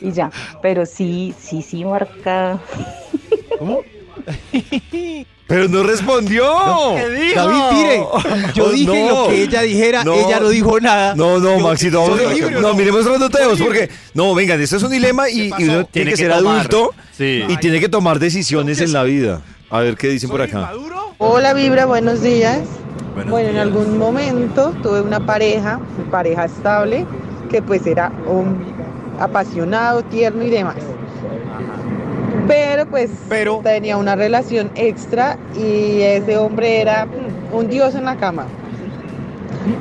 Speaker 10: y ya, pero sí, sí, sí marca
Speaker 3: Pero no respondió.
Speaker 5: David, mire, yo
Speaker 3: Oh,
Speaker 5: dije
Speaker 3: no.
Speaker 5: lo que ella dijera,
Speaker 3: No.
Speaker 5: ella no dijo nada.
Speaker 3: No, no,
Speaker 5: Yo-
Speaker 3: Maxito,
Speaker 5: ¿soy
Speaker 3: vamos a-
Speaker 5: libre o
Speaker 3: no,
Speaker 5: no?
Speaker 3: miremos los noteos, porque, no, vengan, esto es un dilema y, y uno tiene que ser
Speaker 4: tomar.
Speaker 3: adulto
Speaker 4: Sí.
Speaker 3: y tiene que tomar decisiones en la vida. A ver qué dicen por acá.
Speaker 10: Hola Vibra, buenos días.
Speaker 4: Buenos
Speaker 10: bueno, en
Speaker 4: días.
Speaker 10: algún momento tuve una pareja, mi pareja estable, que pues era un apasionado, tierno y demás. Pero pues
Speaker 5: Pero-
Speaker 10: tenía una relación extra y ese hombre era mm, un dios en la cama.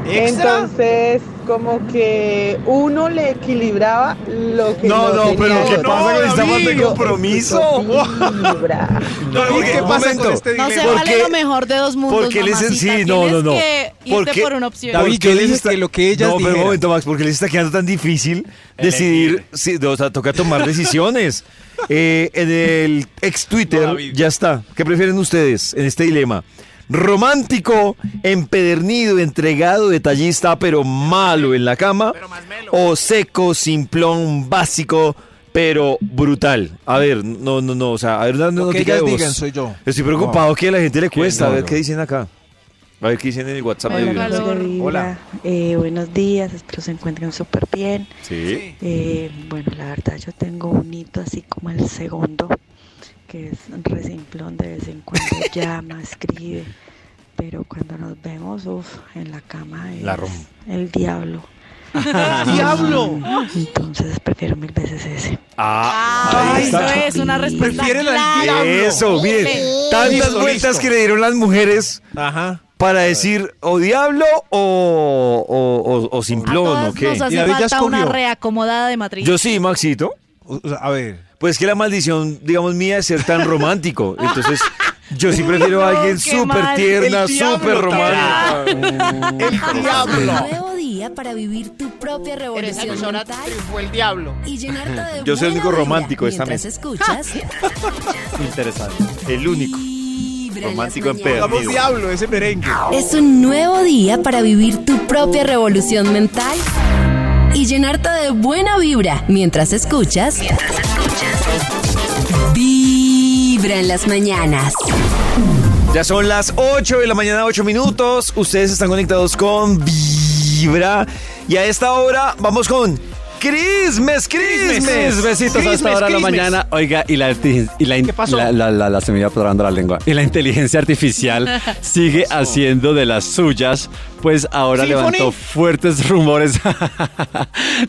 Speaker 5: ¿Extra?
Speaker 10: Entonces, como que uno le equilibraba lo que
Speaker 3: No, no,
Speaker 10: tenía
Speaker 3: pero ¿qué
Speaker 10: otro.
Speaker 3: pasa con esta
Speaker 5: David,
Speaker 3: falta de
Speaker 5: no.
Speaker 3: compromiso?
Speaker 10: Vibra.
Speaker 3: No,
Speaker 5: David,
Speaker 3: porque-
Speaker 5: ¿qué
Speaker 3: un
Speaker 5: pasa
Speaker 3: momento.
Speaker 5: con este
Speaker 7: No se
Speaker 5: dilema?
Speaker 3: ¿Por
Speaker 7: vale
Speaker 3: qué?
Speaker 7: lo mejor de dos mundos,
Speaker 3: ¿Por qué le dicen
Speaker 7: mamacita.
Speaker 3: sí? No,
Speaker 7: Tienes
Speaker 3: no, no.
Speaker 7: que irte
Speaker 3: ¿Por
Speaker 7: ¿Por,
Speaker 3: qué?
Speaker 7: una opción.
Speaker 5: David,
Speaker 3: ¿Por qué
Speaker 5: yo
Speaker 3: les
Speaker 5: dije
Speaker 3: está-
Speaker 5: que lo que ellas
Speaker 3: No, pero un
Speaker 5: dijeran.
Speaker 3: momento, Max, porque les está quedando tan difícil decidir, si, o sea, toca tomar decisiones. Eh, en el ex Twitter
Speaker 5: No, David.
Speaker 3: ya está. ¿Qué prefieren ustedes en este dilema? romántico, empedernido, entregado, detallista, pero malo en la cama. O seco, simplón, básico, pero brutal. A ver, no, no, no. O sea, a ver, una
Speaker 5: Lo que
Speaker 3: notica de
Speaker 5: ellas
Speaker 3: voz.
Speaker 5: digan soy yo.
Speaker 3: Estoy preocupado
Speaker 5: No.
Speaker 3: que a la gente le
Speaker 5: ¿Quién?
Speaker 3: cuesta. A
Speaker 5: No,
Speaker 3: ver
Speaker 5: yo.
Speaker 3: qué dicen acá. A ver qué dicen en el WhatsApp. de Vibra.
Speaker 11: Hola. Eh, buenos días, espero se encuentren súper bien.
Speaker 3: Sí.
Speaker 11: Eh, bueno, la verdad yo tengo un hito así como el segundo, que es re simplón, de vez en cuando llama, escribe, pero cuando nos vemos, uff, en la cama es
Speaker 3: La rompe.
Speaker 11: el diablo.
Speaker 7: ¡Diablo!
Speaker 11: Entonces prefiero mil veces ese.
Speaker 3: Ah,
Speaker 7: Ay,
Speaker 3: ahí
Speaker 7: eso
Speaker 3: está.
Speaker 7: es una respuesta
Speaker 5: Prefieren al
Speaker 7: clara.
Speaker 3: Eso, miren, tantas
Speaker 5: Listo,
Speaker 3: vueltas
Speaker 5: listo.
Speaker 3: que le dieron las mujeres
Speaker 5: Ajá.
Speaker 3: para decir o diablo o, o, o- o simplón,
Speaker 7: Todas
Speaker 3: ¿o qué?
Speaker 7: nos hace
Speaker 5: Y David ya
Speaker 7: falta una
Speaker 5: escogió.
Speaker 7: reacomodada de matriz.
Speaker 3: Yo sí, Maxito.
Speaker 5: O- o sea, a ver.
Speaker 3: Pues que la maldición, digamos mía, es ser tan romántico. Entonces, yo sí prefiero a
Speaker 7: no,
Speaker 3: alguien
Speaker 7: qué
Speaker 3: súper
Speaker 7: mal.
Speaker 3: tierna,
Speaker 7: El diablo,
Speaker 3: súper romántica.
Speaker 1: El diablo.
Speaker 2: Nuevo día para vivir tu propia
Speaker 1: Eres
Speaker 2: revolución
Speaker 1: emisora
Speaker 2: mental
Speaker 1: triunfó el diablo.
Speaker 2: y llenarte de
Speaker 3: Yo soy el
Speaker 2: buena
Speaker 3: único
Speaker 2: vibra
Speaker 3: romántico de esta
Speaker 2: mientras
Speaker 3: mesa.
Speaker 2: escuchas
Speaker 1: Ah,
Speaker 3: Interesante. El único.
Speaker 2: Vibra en las
Speaker 3: Romántico
Speaker 2: mañanas.
Speaker 3: empedernido.
Speaker 5: diablo, ese merengue.
Speaker 2: Es un nuevo día para vivir tu propia revolución mental y llenarte de buena vibra mientras escuchas. Vibra en las mañanas.
Speaker 3: Ya son las 8 de la mañana, 8 minutos. Ustedes están conectados con Vibra. Y a esta hora vamos con Crismes, Crismes.
Speaker 4: Mis besitos hasta ahora de la mañana. Oiga, y la, arti- y la, in- la, la, la- la- se me iba atorando la lengua. Y la inteligencia artificial sigue haciendo de las suyas, pues ahora
Speaker 1: ¿Symphony?
Speaker 4: levantó fuertes rumores.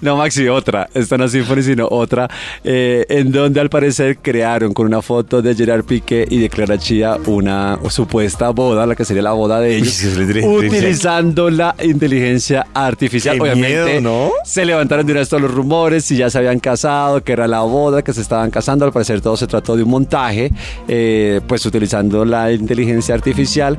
Speaker 4: no, Maxi, otra. Esta no es Symphony, sino otra. eh, en donde al parecer crearon con una foto de Gerard Piqué y de Clara Chía una supuesta boda, la que sería la boda de ellos,
Speaker 3: Uy, sí, es la inteligencia.
Speaker 4: utilizando la inteligencia artificial.
Speaker 3: Qué miedo,
Speaker 4: Obviamente,
Speaker 3: ¿no?
Speaker 4: se levantaron de una vez todos los rumores, si ya se habían casado, que era la boda, que se estaban casando. Al parecer todo se trató de un montaje, eh, pues utilizando la inteligencia artificial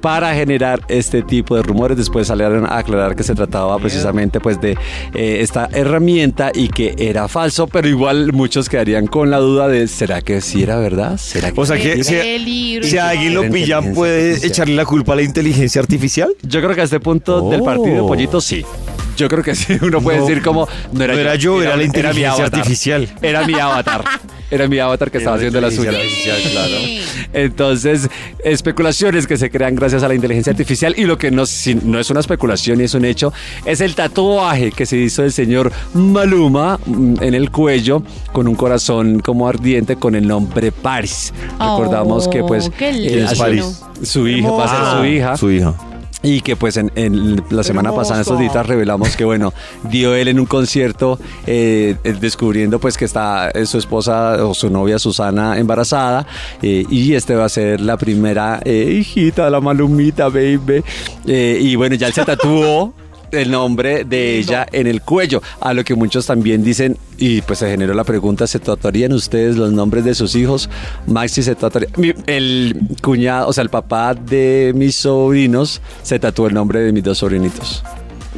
Speaker 4: para generar este tipo de rumores. Después salieron a aclarar que se trataba precisamente pues de eh, esta herramienta y que era falso, pero igual muchos quedarían con la duda de ¿será que sí era verdad? ¿Será que
Speaker 3: O sea
Speaker 4: sí
Speaker 3: que
Speaker 4: era?
Speaker 3: si,
Speaker 7: Peligro.
Speaker 3: si a alguien lo pillan, ¿puede echarle la culpa a la inteligencia artificial?
Speaker 4: Yo creo que a este punto del partido,
Speaker 3: Oh.
Speaker 4: Pollito, sí. Yo creo que sí, uno puede
Speaker 3: No.
Speaker 4: decir como no era,
Speaker 3: No era yo, era la
Speaker 4: mi
Speaker 3: inteligencia
Speaker 4: avatar.
Speaker 3: artificial.
Speaker 4: Era mi avatar. Era mi avatar que estaba
Speaker 3: Era la
Speaker 4: haciendo la suya.
Speaker 3: inteligencia
Speaker 4: Entonces, especulaciones que se crean gracias a la inteligencia artificial y lo que no, si- no es una especulación y es un hecho, es el tatuaje que se hizo el señor Maluma mm, en el cuello con un corazón como ardiente con el nombre Paris.
Speaker 7: Oh,
Speaker 4: Recordamos que pues
Speaker 7: qué
Speaker 4: eh,
Speaker 7: lindo.
Speaker 3: Paris?
Speaker 4: su hija, va a ser su hija.
Speaker 3: Su hija.
Speaker 4: Y que pues en, en la semana pasada, en estos días, revelamos que bueno, dio él en un concierto eh, eh, descubriendo pues que está eh, su esposa o su novia Susana embarazada eh, y este va a ser la primera eh, hijita, la malumita, baby. Eh, y bueno, ya él se tatuó. el nombre de ella en el cuello, a lo que muchos también dicen, y pues se generó la pregunta, ¿se tatuarían ustedes los nombres de sus hijos? Maxi se tatuaría, mi- el cuñado, o sea, el papá de mis sobrinos se tatuó el nombre de mis dos sobrinitos.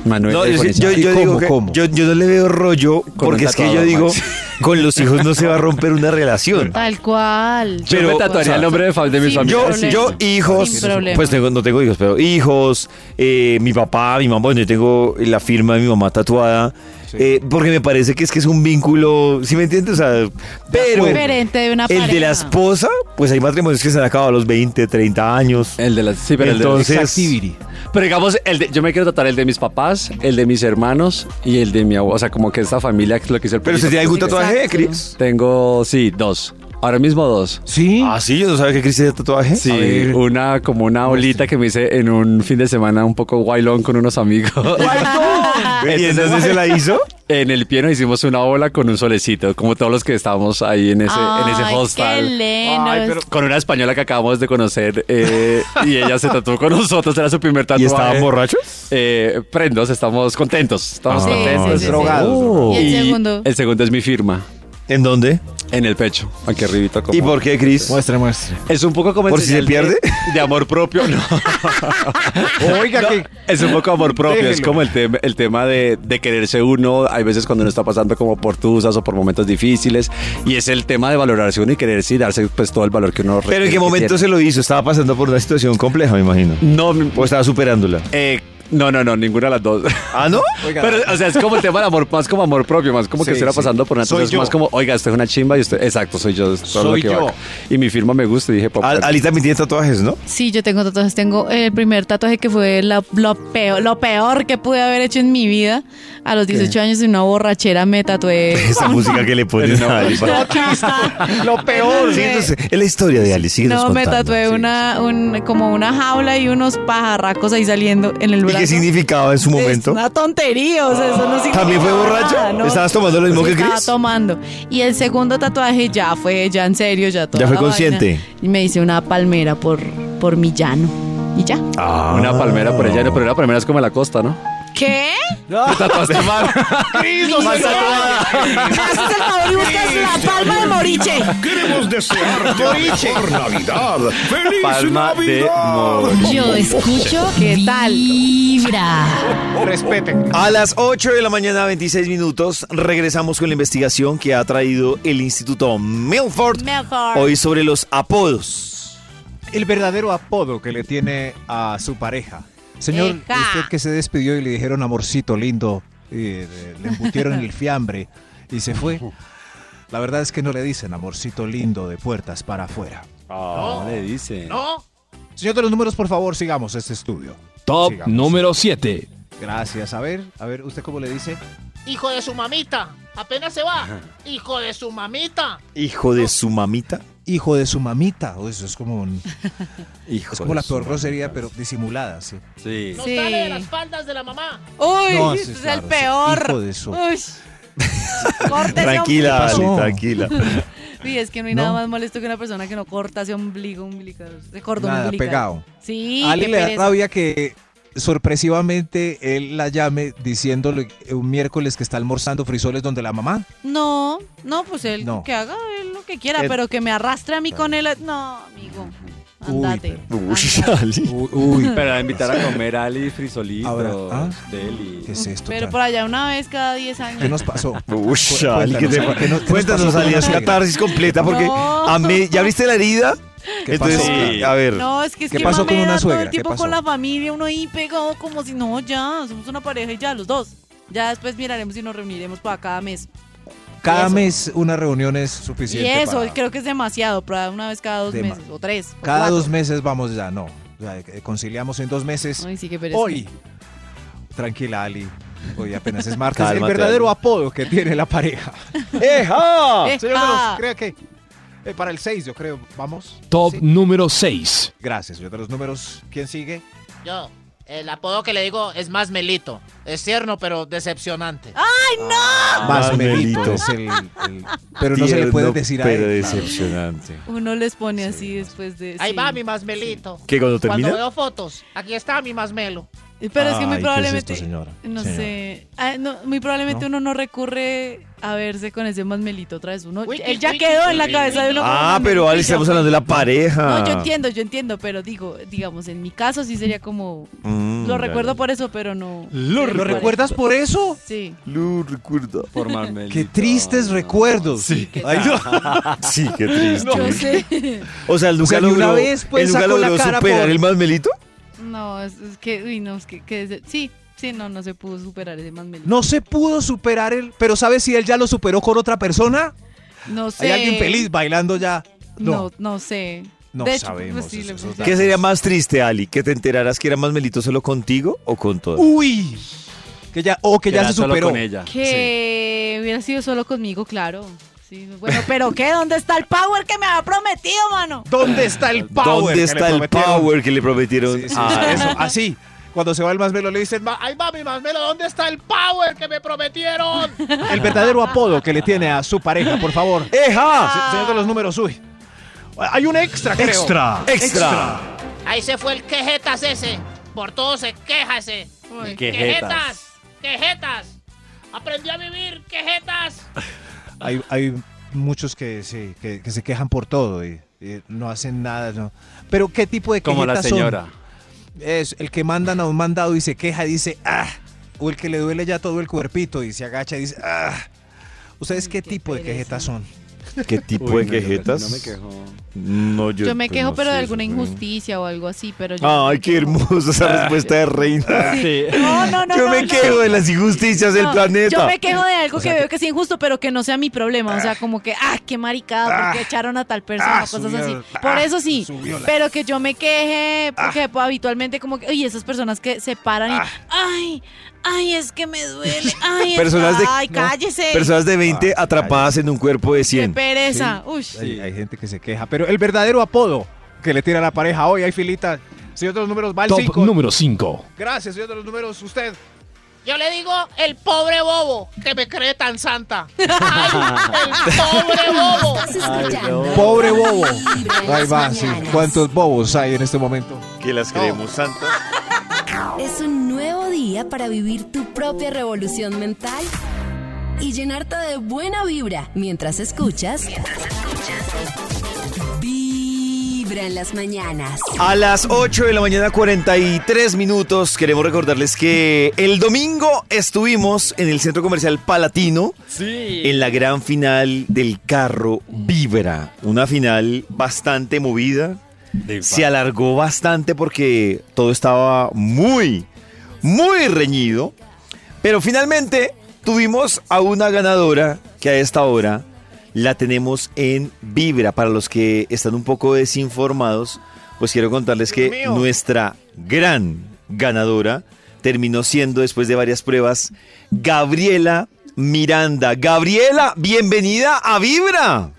Speaker 4: Manuel
Speaker 3: No,
Speaker 4: y
Speaker 3: yo,
Speaker 4: Juan
Speaker 3: yo-
Speaker 4: Isaac.
Speaker 3: yo
Speaker 5: ¿Y
Speaker 3: digo
Speaker 5: cómo,
Speaker 3: que
Speaker 5: cómo?
Speaker 3: Yo, yo no le veo rollo porque
Speaker 4: un
Speaker 3: es que yo
Speaker 4: tatuador,
Speaker 3: digo,
Speaker 4: Max.
Speaker 3: con los hijos no se va a romper una relación.
Speaker 7: Tal cual.
Speaker 4: Yo me tatuaría el nombre de, fa- de mis
Speaker 7: Sin
Speaker 3: Yo,
Speaker 4: familiares.
Speaker 7: problema.
Speaker 3: yo hijos,
Speaker 7: Sin problema.
Speaker 3: pues tengo- no tengo hijos, pero hijos, eh, mi papá, mi mamá, bueno, yo tengo la firma de mi mamá tatuada, eh, porque me parece que es que es un vínculo, ¿sí me entiendes? O sea, pero
Speaker 7: Diferente de una
Speaker 3: el de la
Speaker 7: pareja.
Speaker 3: esposa, pues hay matrimonios que se han acabado a los 20, 30 años.
Speaker 4: El de las... Sí, pero el de-
Speaker 3: Entonces,
Speaker 5: Activity.
Speaker 4: Pero digamos, el de- yo me quiero tatuar el de mis papás, el de mis hermanos y el de mi abuelo. O sea, como que esta familia que es lo que hizo el
Speaker 3: ¿pero usted
Speaker 4: pollito.
Speaker 3: tiene algún tatuaje,
Speaker 7: Exacto.
Speaker 3: Cris?
Speaker 4: Tengo, sí, dos. Ahora mismo dos.
Speaker 5: Sí.
Speaker 3: Ah, sí, yo no sabía que Cris tenía tatuaje. A
Speaker 4: Sí,
Speaker 3: ver. Pues
Speaker 4: una como una olita que me hice en un fin de semana un poco guailón con unos amigos.
Speaker 3: ¿Y entonces se la hizo?
Speaker 4: en el pie nos hicimos una ola con un solecito, como todos los que estábamos ahí en ese, en ese
Speaker 7: Ay,
Speaker 4: hostal.
Speaker 7: qué lindo.
Speaker 4: Ay, pero- Con una española que acabamos de conocer eh, y ella se tatuó con nosotros, era su primer tatuaje.
Speaker 3: ¿Y estaban borrachos? Ah.
Speaker 4: Eh, prendos, estamos contentos, estamos
Speaker 7: Sí, sí,
Speaker 4: contentos.
Speaker 7: sí, sí. Drogados. Y el segundo.
Speaker 4: El segundo es mi firma.
Speaker 3: ¿En dónde?
Speaker 4: En el pecho, aquí arribita.
Speaker 3: ¿Y por qué, Cris?
Speaker 5: Muestra, muestra.
Speaker 4: Es un poco como...
Speaker 5: Pues
Speaker 3: ¿Por si se
Speaker 4: señal
Speaker 3: pierde?
Speaker 4: De, de amor propio, no.
Speaker 5: Oiga,
Speaker 4: No,
Speaker 5: que...
Speaker 4: Es un poco amor propio, es
Speaker 5: Déjelo.
Speaker 4: como el, tem- el tema de, de quererse uno, hay veces cuando uno está pasando como por tusas o por momentos difíciles, y es el tema de valorarse uno y quererse y darse pues todo el valor que uno
Speaker 3: ¿Pero en qué momento se lo hizo? Estaba pasando por una situación compleja, me imagino.
Speaker 4: No, mi-
Speaker 3: ¿O estaba superándola?
Speaker 4: eh, no, no, no, ninguna de las dos.
Speaker 3: ¿Ah, no?
Speaker 4: Oiga. Pero, o sea, es como el tema del amor, más como amor propio, más como que
Speaker 5: Sí,
Speaker 4: estuviera
Speaker 5: sí.
Speaker 4: pasando por una
Speaker 5: Soy
Speaker 4: tusa, es
Speaker 5: yo.
Speaker 4: más como, oiga, usted es una chimba y usted, exacto, soy yo, es todo
Speaker 5: Soy
Speaker 4: lo que
Speaker 5: yo.
Speaker 4: va. Y mi firma me gusta y dije, papá.
Speaker 3: Al- Ali también tiene tatuajes, ¿no?
Speaker 7: Sí, yo tengo tatuajes. Tengo el primer tatuaje que fue la- lo, peor, lo peor que pude haber hecho en mi vida. A los 18 años de una borrachera me tatué.
Speaker 3: Esa música que le pones a Ali.
Speaker 7: No, chista.
Speaker 3: Lo
Speaker 7: peor.
Speaker 3: Sí, entonces, es la historia de Ali, síguenos
Speaker 7: No, me
Speaker 3: contando.
Speaker 7: tatué una, un- como una jaula y unos pajarracos ahí saliendo en el
Speaker 3: ¿Y
Speaker 7: brazo.
Speaker 3: qué significaba en su momento?
Speaker 7: Es una tontería, o sea, eso no significa
Speaker 3: ¿También fue borracho?
Speaker 7: nada, no.
Speaker 3: ¿Estabas tomando lo mismo que
Speaker 7: Estaba
Speaker 3: Chris?
Speaker 7: tomando. Y el segundo tatuaje ya fue, ya en serio, ya todo.
Speaker 3: Ya fue consciente.
Speaker 7: Y me hice una palmera por, por mi llano. Y ya.
Speaker 3: Ah.
Speaker 4: Una palmera por allá, pero una palmera es como en la costa, ¿no?
Speaker 7: ¿Qué?
Speaker 4: Te tatuaste mal.
Speaker 7: Haces el favor y buscas la palma de Moriche.
Speaker 12: Queremos desearte la mejor Navidad. ¡Feliz
Speaker 4: Palma de
Speaker 12: Navidad!
Speaker 2: Yo escucho ¿Qué tal? Vibra.
Speaker 5: Respeten.
Speaker 3: A las 8 de la mañana, 26 minutos, regresamos con la investigación que ha traído el Instituto Milford.
Speaker 7: Milford.
Speaker 3: Hoy sobre los apodos.
Speaker 5: El verdadero apodo que le tiene a su pareja. Señor,
Speaker 7: Eca.
Speaker 5: usted que se despidió y le dijeron amorcito lindo, y eh, le embutieron el fiambre y se fue. La verdad es que no le dicen amorcito lindo de puertas para afuera.
Speaker 4: No le dice.
Speaker 1: ¿No?
Speaker 5: Señor de los números, por favor, sigamos este estudio.
Speaker 9: Top
Speaker 5: Sigamos.
Speaker 9: número 7.
Speaker 5: Gracias. A ver, a ver, ¿usted cómo le dice?
Speaker 1: Hijo de su mamita. Apenas se va. Hijo de su mamita.
Speaker 3: Hijo de su mamita.
Speaker 5: Hijo de su mamita. O eso es como, un-
Speaker 4: Hijo
Speaker 5: es como la
Speaker 4: de su
Speaker 5: peor
Speaker 4: madre.
Speaker 5: grosería,
Speaker 3: pues.
Speaker 5: pero disimulada, sí.
Speaker 4: Sí.
Speaker 1: No
Speaker 7: Sí.
Speaker 1: sale de las faldas de la mamá.
Speaker 7: Uy,
Speaker 5: No, sí,
Speaker 7: es
Speaker 5: claro,
Speaker 7: el
Speaker 5: sí.
Speaker 7: peor.
Speaker 5: Hijo de su-
Speaker 7: Uy. Córtese
Speaker 3: Tranquila,
Speaker 5: ¿Qué
Speaker 3: Ali,
Speaker 5: pasó?
Speaker 3: tranquila.
Speaker 7: ombligo. Sí, es que no hay
Speaker 5: No.
Speaker 7: nada más molesto que una persona que no corta ese ombligo umbilical. ese cordón
Speaker 5: Nada,
Speaker 7: umbilical.
Speaker 5: pegado.
Speaker 7: Sí,
Speaker 5: Ale
Speaker 7: qué
Speaker 5: le da
Speaker 7: pereza.
Speaker 5: rabia que sorpresivamente él la llame diciéndole un miércoles que está almorzando frisoles donde la mamá.
Speaker 7: No, no, pues él
Speaker 5: No. Eh,
Speaker 7: que haga él lo que quiera,
Speaker 3: El-
Speaker 7: pero que me arrastre a mí con él. No, amigo.
Speaker 5: Uy,
Speaker 7: Andate.
Speaker 3: Uy,
Speaker 7: andate.
Speaker 3: Ali.
Speaker 5: Uy,
Speaker 4: Pero a invitar a comer a Ali frisolitos
Speaker 5: Ahora, ¿ah?
Speaker 4: de él
Speaker 5: ¿qué es esto?
Speaker 7: Pero
Speaker 5: tan-
Speaker 7: por allá una vez cada 10 años.
Speaker 5: ¿Qué nos pasó?
Speaker 3: Uy,
Speaker 5: Cu-
Speaker 3: Ali, ¿qué te
Speaker 5: cuéntanos,
Speaker 3: pa-
Speaker 5: ¿qué no- qué nos
Speaker 3: Cuéntanos,
Speaker 5: pasó con
Speaker 3: Ali,
Speaker 5: la
Speaker 3: es
Speaker 5: pega?
Speaker 3: catarsis completa porque
Speaker 7: No.
Speaker 3: amé. ¿Ya viste la herida?
Speaker 5: ¿Qué
Speaker 3: Entonces,
Speaker 5: pasó?
Speaker 4: Sí.
Speaker 3: a ver.
Speaker 7: No, es que es
Speaker 5: ¿Qué
Speaker 7: que
Speaker 5: pasó con
Speaker 7: mamera
Speaker 5: una
Speaker 7: todo
Speaker 5: suegra?
Speaker 7: el
Speaker 5: ¿Qué
Speaker 7: tiempo
Speaker 5: pasó?
Speaker 7: con la familia, uno ahí pegado como si no, ya, somos una pareja y ya, los dos. Ya después miraremos y nos reuniremos para cada mes.
Speaker 5: Cada
Speaker 7: eso.
Speaker 5: mes una reunión es
Speaker 7: Y
Speaker 5: suficiente.
Speaker 7: eso,
Speaker 5: para-
Speaker 7: creo que es demasiado, para una vez cada dos
Speaker 5: Dema-
Speaker 7: meses, o tres. o
Speaker 5: Cada
Speaker 7: cuatro.
Speaker 5: dos meses vamos ya, no. O sea, eh, conciliamos en dos meses.
Speaker 7: Ay, sí, qué pereza.
Speaker 5: Hoy. Tranquila, Ali. Hoy apenas es martes. el
Speaker 3: Cálmate,
Speaker 5: verdadero
Speaker 3: Ali.
Speaker 5: apodo que tiene la pareja.
Speaker 3: Ah.
Speaker 5: ¡Eja!
Speaker 7: ¡Eja!
Speaker 5: Señor de los- creo que. eh, para el 6, yo creo. Vamos.
Speaker 9: Top
Speaker 5: Sí.
Speaker 9: número 6.
Speaker 5: Gracias, señor de los números. ¿Quién sigue?
Speaker 1: Yo, el apodo que le digo es más melito. Es tierno, pero decepcionante.
Speaker 3: Ah.
Speaker 5: Más
Speaker 3: Manuelito.
Speaker 5: Melito. es el- el- pero no se le puede
Speaker 3: Tierno,
Speaker 5: decir a
Speaker 3: Pero
Speaker 5: él.
Speaker 3: decepcionante.
Speaker 7: Uno les pone así después de...
Speaker 1: Ahí
Speaker 7: sí.
Speaker 1: va mi más melito.
Speaker 3: ¿Qué cuando termina?
Speaker 1: Cuando veo fotos, aquí está mi más melo.
Speaker 7: Pero es que muy
Speaker 5: Ay, ¿qué es
Speaker 7: probablemente...
Speaker 5: esto, señora?
Speaker 7: No
Speaker 5: Señora.
Speaker 7: sé. Ah, no, muy probablemente uno no recurre a verse con ese más melito otra vez. Uno,
Speaker 1: Wiki,
Speaker 7: él ya
Speaker 1: wiki,
Speaker 7: quedó en la cabeza de uno. como
Speaker 3: Ah,
Speaker 7: más
Speaker 3: pero
Speaker 7: melito y
Speaker 3: Ali,
Speaker 7: ya
Speaker 3: estamos
Speaker 7: fue.
Speaker 3: hablando de la pareja.
Speaker 5: Ah.
Speaker 7: No, yo entiendo, yo entiendo, pero digo, digamos, en mi caso sí sería como...
Speaker 3: Mm,
Speaker 7: Lo
Speaker 3: ya,
Speaker 7: recuerdo
Speaker 3: ya.
Speaker 7: por eso, pero no...
Speaker 5: ¿Lo
Speaker 7: pero me
Speaker 5: recuerdas por eso?
Speaker 7: parece- Sí.
Speaker 3: Lo recuerdo.
Speaker 5: Qué tristes recuerdos.
Speaker 4: Sí.
Speaker 5: Ay, no.
Speaker 3: Sí, qué triste.
Speaker 7: Yo sé.
Speaker 3: O sea, el
Speaker 5: O
Speaker 3: nunca
Speaker 5: sea, ni
Speaker 3: logró,
Speaker 5: una vez, pues,
Speaker 3: él nunca
Speaker 5: sacó la
Speaker 3: logró
Speaker 5: cara
Speaker 3: superar
Speaker 5: por-
Speaker 3: el más melito.
Speaker 7: No, es, es que, uy, no, es que, que dese- sí, sí, no, no se pudo superar ese más melito.
Speaker 5: No se pudo superar él. Pero ¿sabes si él ya lo superó con otra persona?
Speaker 7: No sé.
Speaker 5: Hay alguien feliz bailando ya.
Speaker 7: No,
Speaker 5: No.
Speaker 7: no, sé.
Speaker 5: No
Speaker 7: De hecho,
Speaker 5: sabemos
Speaker 7: pues sí, le
Speaker 5: esos
Speaker 7: puse-
Speaker 5: datos.
Speaker 3: ¿Qué sería más triste, Ali? ¿Que te enteraras que era más melito solo contigo o con todo?
Speaker 5: Uy. Que ya, o que ya se superó.
Speaker 4: con ella.
Speaker 7: Que hubiera sido solo conmigo, claro. Sí, bueno, pero ¿qué? ¿Dónde está el power que me había prometido, mano?
Speaker 5: ¿Dónde está el power?
Speaker 3: ¿Dónde
Speaker 5: que
Speaker 3: está
Speaker 5: le
Speaker 3: el
Speaker 5: prometieron?
Speaker 3: power que le prometieron? Ah.
Speaker 5: Sí, sí,
Speaker 3: a-
Speaker 5: sí, eso, así. Cuando se va el más velo le dicen, "Ma-
Speaker 1: Ahí va mi más melo. ¿Dónde está el power que me prometieron?
Speaker 5: el verdadero apodo que le tiene a su pareja, por favor.
Speaker 3: ¡Eja!
Speaker 5: Se- Señor de los números, uy. Hay un extra, creo.
Speaker 9: Extra.
Speaker 3: ¡Extra!
Speaker 1: Ahí se fue el quejetas ese. Por todo se queja ese.
Speaker 7: Uy.
Speaker 1: Quejetas. Quejetas. Aprendí a vivir, quejetas.
Speaker 5: Hay, hay muchos que se, que, que se quejan por todo y, y no hacen nada. No. Pero ¿qué tipo de
Speaker 4: Como la
Speaker 5: quejetas son?
Speaker 4: señora.
Speaker 5: Es el que mandan a un mandado y se queja y dice, ah, o el que le duele ya todo el cuerpito y se agacha y dice, ah. ¿Ustedes qué, tipo de quejetas son?
Speaker 3: ¿Qué tipo de
Speaker 5: Uy, no, yo
Speaker 3: quejetas?
Speaker 5: casi no me quejo.
Speaker 3: No, yo,
Speaker 7: Yo me
Speaker 3: pues,
Speaker 7: quejo,
Speaker 3: no
Speaker 7: pero de
Speaker 3: sé,
Speaker 7: alguna
Speaker 3: supongo.
Speaker 7: injusticia o algo así, pero
Speaker 5: Ah,
Speaker 7: yo.
Speaker 3: Ay, qué hermosa esa respuesta de reina.
Speaker 7: Sí. No, no, no,
Speaker 3: Yo
Speaker 7: no,
Speaker 3: me
Speaker 7: no.
Speaker 3: quejo de las injusticias del
Speaker 7: No,
Speaker 3: planeta.
Speaker 7: Yo me quejo de algo que veo que es injusto, pero que no sea mi problema. O sea, como que, ah, qué maricada, porque echaron a tal persona, cosas
Speaker 13: subió,
Speaker 7: así. Por
Speaker 13: ah,
Speaker 7: eso sí,
Speaker 13: subió la-
Speaker 7: pero que yo me queje, porque pues, habitualmente como que, oye, esas personas que se paran y, ay, ay, es que me duele, ay, es-
Speaker 3: Personas de,
Speaker 7: ay,
Speaker 3: no,
Speaker 7: cállese.
Speaker 3: personas de 20 atrapadas en un cuerpo de 100.
Speaker 7: Pereza, uy.
Speaker 5: Hay, hay gente que se queja, pero el verdadero apodo que le tira a la pareja hoy, hay filita. Señor de los números, va el
Speaker 9: Top
Speaker 5: 5.
Speaker 9: número 5.
Speaker 5: Gracias, señor de los números, usted.
Speaker 1: Yo le digo el pobre bobo que me cree tan santa. Ay, el pobre bobo.
Speaker 5: Pobre bobo.
Speaker 2: Vibra
Speaker 5: Ahí
Speaker 2: en
Speaker 5: va,
Speaker 2: las
Speaker 5: sí.
Speaker 2: mañanas.
Speaker 5: ¿Cuántos bobos hay en este momento?
Speaker 3: Que las creemos santas.
Speaker 2: Es un nuevo día para vivir tu propia revolución mental y llenarte de buena vibra mientras escuchas. Vibra en las mañanas.
Speaker 3: A las 8 de la mañana 43 minutos queremos recordarles que el domingo estuvimos en el Centro Comercial Palatino en la gran final del carro Vibra. Una final bastante movida. Se alargó bastante porque todo estaba muy, muy reñido. Pero finalmente tuvimos a una ganadora que a esta hora la tenemos en Vibra. Para los que están un poco desinformados, pues quiero contarles que nuestra gran ganadora terminó siendo, después de varias pruebas, Gabriela Miranda. Gabriela, bienvenida a Vibra.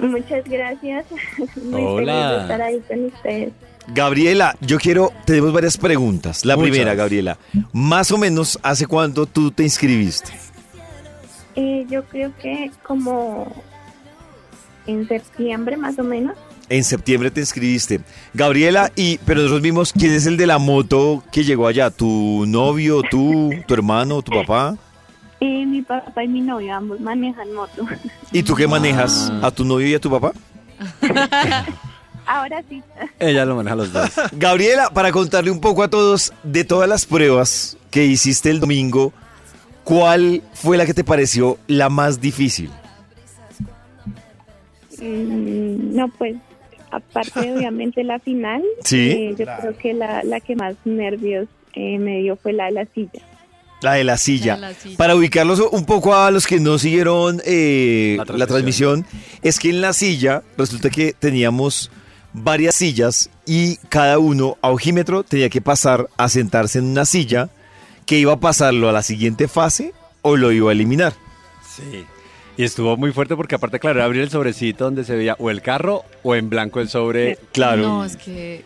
Speaker 14: Muchas gracias. Muy
Speaker 3: Hola.
Speaker 14: feliz de estar ahí con ustedes.
Speaker 3: Gabriela, yo quiero, tenemos varias preguntas. La primera, Gabriela, más o menos, ¿hace cuánto tú te inscribiste?
Speaker 14: Eh, yo creo que como en septiembre más o menos.
Speaker 3: En septiembre te inscribiste. Gabriela, y pero nosotros vimos quién es el de la moto que llegó allá. ¿Tu novio, tú, tu hermano, tu papá?
Speaker 14: Eh, mi papá y mi novio ambos manejan moto.
Speaker 3: ¿Y tú qué manejas? ¿A tu novio y a tu papá?
Speaker 14: Ahora sí.
Speaker 4: Ella lo maneja los dos.
Speaker 3: Gabriela, para contarle un poco a todos de todas las pruebas que hiciste el domingo, ¿cuál fue la que te pareció la más difícil?
Speaker 14: Mm, no, pues aparte obviamente la final.
Speaker 3: Sí.
Speaker 14: eh, yo creo que la, la que más nervios eh, me dio fue la de la silla.
Speaker 3: La de la silla.
Speaker 14: La de la silla.
Speaker 3: Para ubicarlos un poco a los que no siguieron eh, la, transmisión, es que en la silla resulta que teníamos varias sillas y cada uno a ojímetro tenía que pasar a sentarse en una silla que iba a pasarlo a la siguiente fase o lo iba a eliminar.
Speaker 4: Sí. Y estuvo muy fuerte porque aparte, claro, era abrir el sobrecito donde se veía o el carro o en blanco el
Speaker 7: Eh,
Speaker 4: sobre. Eh, Claro.
Speaker 7: No, es que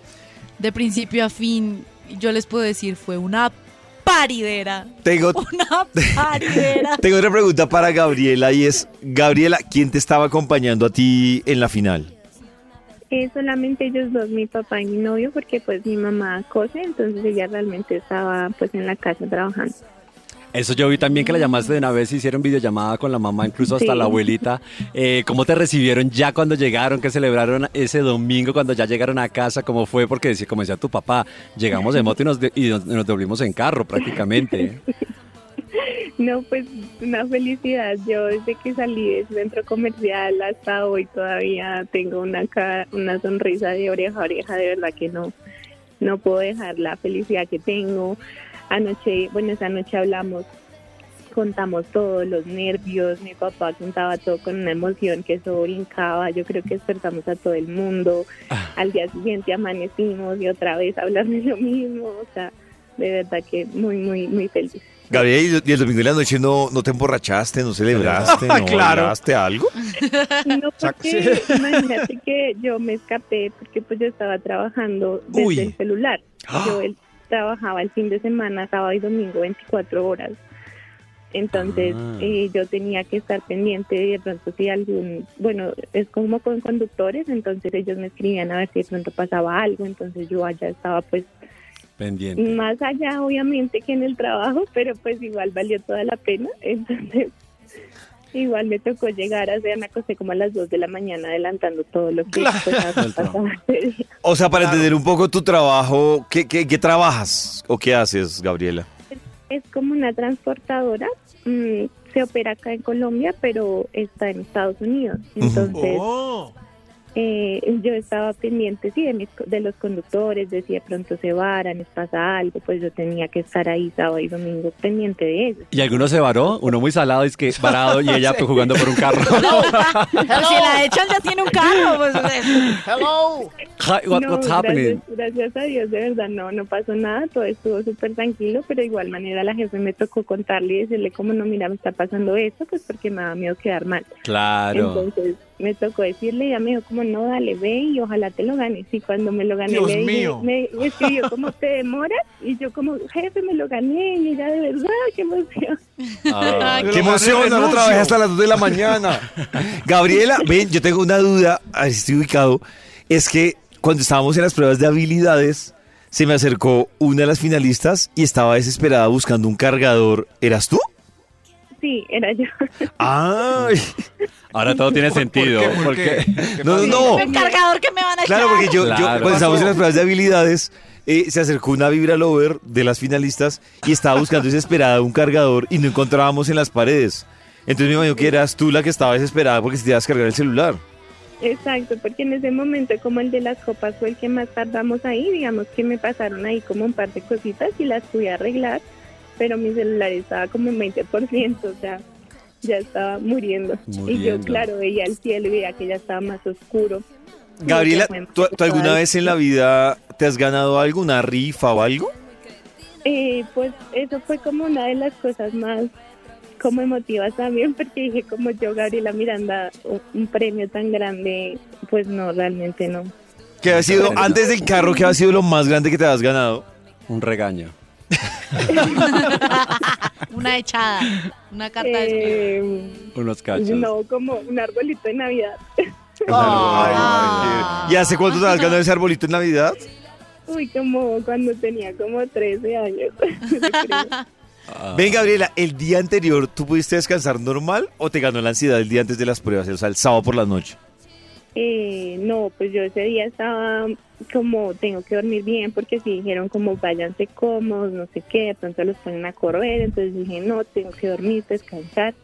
Speaker 7: de principio a fin, yo les puedo decir, fue una paridera.
Speaker 3: Tengo,
Speaker 7: Una paridera.
Speaker 3: tengo otra pregunta para Gabriela y es, Gabriela, ¿quién te estaba acompañando a ti en la final?
Speaker 14: Eh, solamente ellos dos, mi papá y mi novio, porque pues mi mamá cose, entonces ella realmente estaba pues en la casa trabajando.
Speaker 4: Eso yo vi también que
Speaker 7: Mm.
Speaker 4: la llamaste de una vez, hicieron videollamada con la mamá, incluso hasta
Speaker 14: Sí.
Speaker 4: la abuelita. Eh, ¿Cómo te recibieron ya cuando llegaron? ¿Qué celebraron ese domingo cuando ya llegaron a casa? ¿Cómo fue? Porque decía, como decía tu papá, llegamos de moto y nos, de- y nos, nos devolvimos en carro prácticamente.
Speaker 14: No, pues una felicidad. Yo desde que salí del centro comercial hasta hoy todavía tengo una ca- una sonrisa de oreja a oreja, de verdad que no no puedo dejar la felicidad que tengo. Anoche, bueno, esa noche hablamos, contamos todos los nervios, mi papá contaba todo con una emoción que eso brincaba, yo creo que despertamos a todo el mundo. Al día siguiente amanecimos y otra vez hablando de lo mismo, o sea, de verdad que muy muy muy feliz.
Speaker 3: Gabriela, ¿y el domingo de la noche no, no te emborrachaste, no celebraste, no
Speaker 5: Claro.
Speaker 3: bailaste algo?
Speaker 14: No, porque
Speaker 3: sí.
Speaker 14: imagínate que yo me escapé porque pues yo estaba trabajando desde
Speaker 3: Uy. Ah.
Speaker 14: el celular. Yo el- trabajaba el fin de semana, sábado y domingo, 24 horas. Entonces
Speaker 15: Ah.
Speaker 14: eh, yo tenía que estar pendiente de pronto si algún, bueno, es como con conductores, entonces ellos me escribían a ver si de pronto pasaba algo, entonces yo allá estaba pues
Speaker 4: Pendiente.
Speaker 14: más allá obviamente que en el trabajo, pero pues igual valió toda la pena. Entonces Igual me tocó llegar a ser, me acosté como a las 2 de la mañana adelantando todo lo que pues, pasaba.
Speaker 3: O sea, para entender un poco tu trabajo, ¿qué, qué, qué trabajas o qué haces, Gabriela?
Speaker 14: Es como una transportadora. mm, se opera acá en Colombia, pero está en Estados Unidos.
Speaker 3: Ujú.
Speaker 14: Entonces, eh, yo estaba pendiente, sí, de, mis, co- de los conductores, de si de pronto se varan, les pasa algo, pues yo tenía que estar ahí sábado y domingo pendiente de ellos.
Speaker 4: Y alguno se varó, uno muy salado, es que varado y ella pues, jugando por un carro.
Speaker 7: Pues si la echan ya tiene un carro. Pues,
Speaker 1: Hello.
Speaker 4: Hi, what- what's
Speaker 14: gracias-
Speaker 4: happening?
Speaker 14: Gracias, a Dios, de verdad, no, no pasó nada, todo estuvo súper tranquilo, pero de igual manera la jefe me tocó contarle y decirle como, no, mira, me está pasando esto, pues porque me da miedo quedar mal.
Speaker 4: Claro.
Speaker 14: Entonces me tocó decirle, ya me dijo como, no, dale, ve y ojalá te lo ganes. Y cuando me lo gané,
Speaker 4: Dios
Speaker 14: le dije-
Speaker 4: mío.
Speaker 14: me me escribió como, ¿te demoras? Y yo como, jefe, me lo gané. Y ella, de verdad, qué emoción.
Speaker 3: Ah,
Speaker 14: Pero
Speaker 3: ¡Qué emoción!
Speaker 14: ganó
Speaker 3: No
Speaker 14: el
Speaker 3: trabajé
Speaker 14: anuncio.
Speaker 3: hasta las 2 de la mañana. Gabriela, ven, yo tengo una duda, a ver si estoy ubicado. Es que cuando estábamos en las pruebas de habilidades, se me acercó una de las finalistas y estaba desesperada buscando un cargador. ¿Eras tú?
Speaker 14: Sí, era yo.
Speaker 3: ¡Ay!
Speaker 4: Ahora todo tiene sentido. porque
Speaker 3: No, no,
Speaker 7: El
Speaker 3: no.
Speaker 7: cargador que me van a echar.
Speaker 3: Claro, porque yo, yo
Speaker 4: Claro.
Speaker 3: cuando estábamos en las pruebas de habilidades, eh, se acercó una vibra lover de las finalistas y estaba buscando desesperada un cargador y no encontrábamos en las paredes. Entonces me imagino que eras tú la que estaba desesperada porque se te ibas a cargar el celular.
Speaker 14: Exacto, porque en ese momento como el de las copas fue el que más tardamos ahí, digamos que me pasaron ahí como un par de cositas y las pude arreglar, pero mi celular estaba como en 20%, o sea, ya estaba muriendo. Y yo,
Speaker 3: Muriendo.
Speaker 14: claro, veía el cielo y veía que ya estaba más oscuro.
Speaker 3: Gabriela,
Speaker 14: Y ya fue
Speaker 3: ¿tú,
Speaker 14: más
Speaker 3: tú alguna
Speaker 14: tarde.
Speaker 3: vez en la vida te has ganado alguna rifa o algo?
Speaker 14: Eh, pues eso fue como una de las cosas más como emotivas también, porque dije como yo, Gabriela Miranda, un- un premio tan grande, pues no, realmente no.
Speaker 3: Que ha sido, antes del carro, que ha sido lo más grande que te has ganado?
Speaker 4: Un regaño.
Speaker 7: Una echada. Una carta de
Speaker 14: Eh,
Speaker 4: Unos cachos.
Speaker 14: No, como un arbolito de Navidad.
Speaker 3: ¿Y hace cuánto te has ganado ese arbolito en Navidad?
Speaker 14: Uy, como cuando tenía como 13 años.
Speaker 3: Ah. Ven, Gabriela, ¿el día anterior tú pudiste descansar normal o te ganó la ansiedad el día antes de las pruebas, o sea, el sábado por la noche?
Speaker 14: Eh, no, pues yo ese día estaba como tengo que dormir bien porque si dijeron como váyanse cómodos, no sé qué, de pronto los ponen a correr, entonces dije no, tengo que dormir, descansar.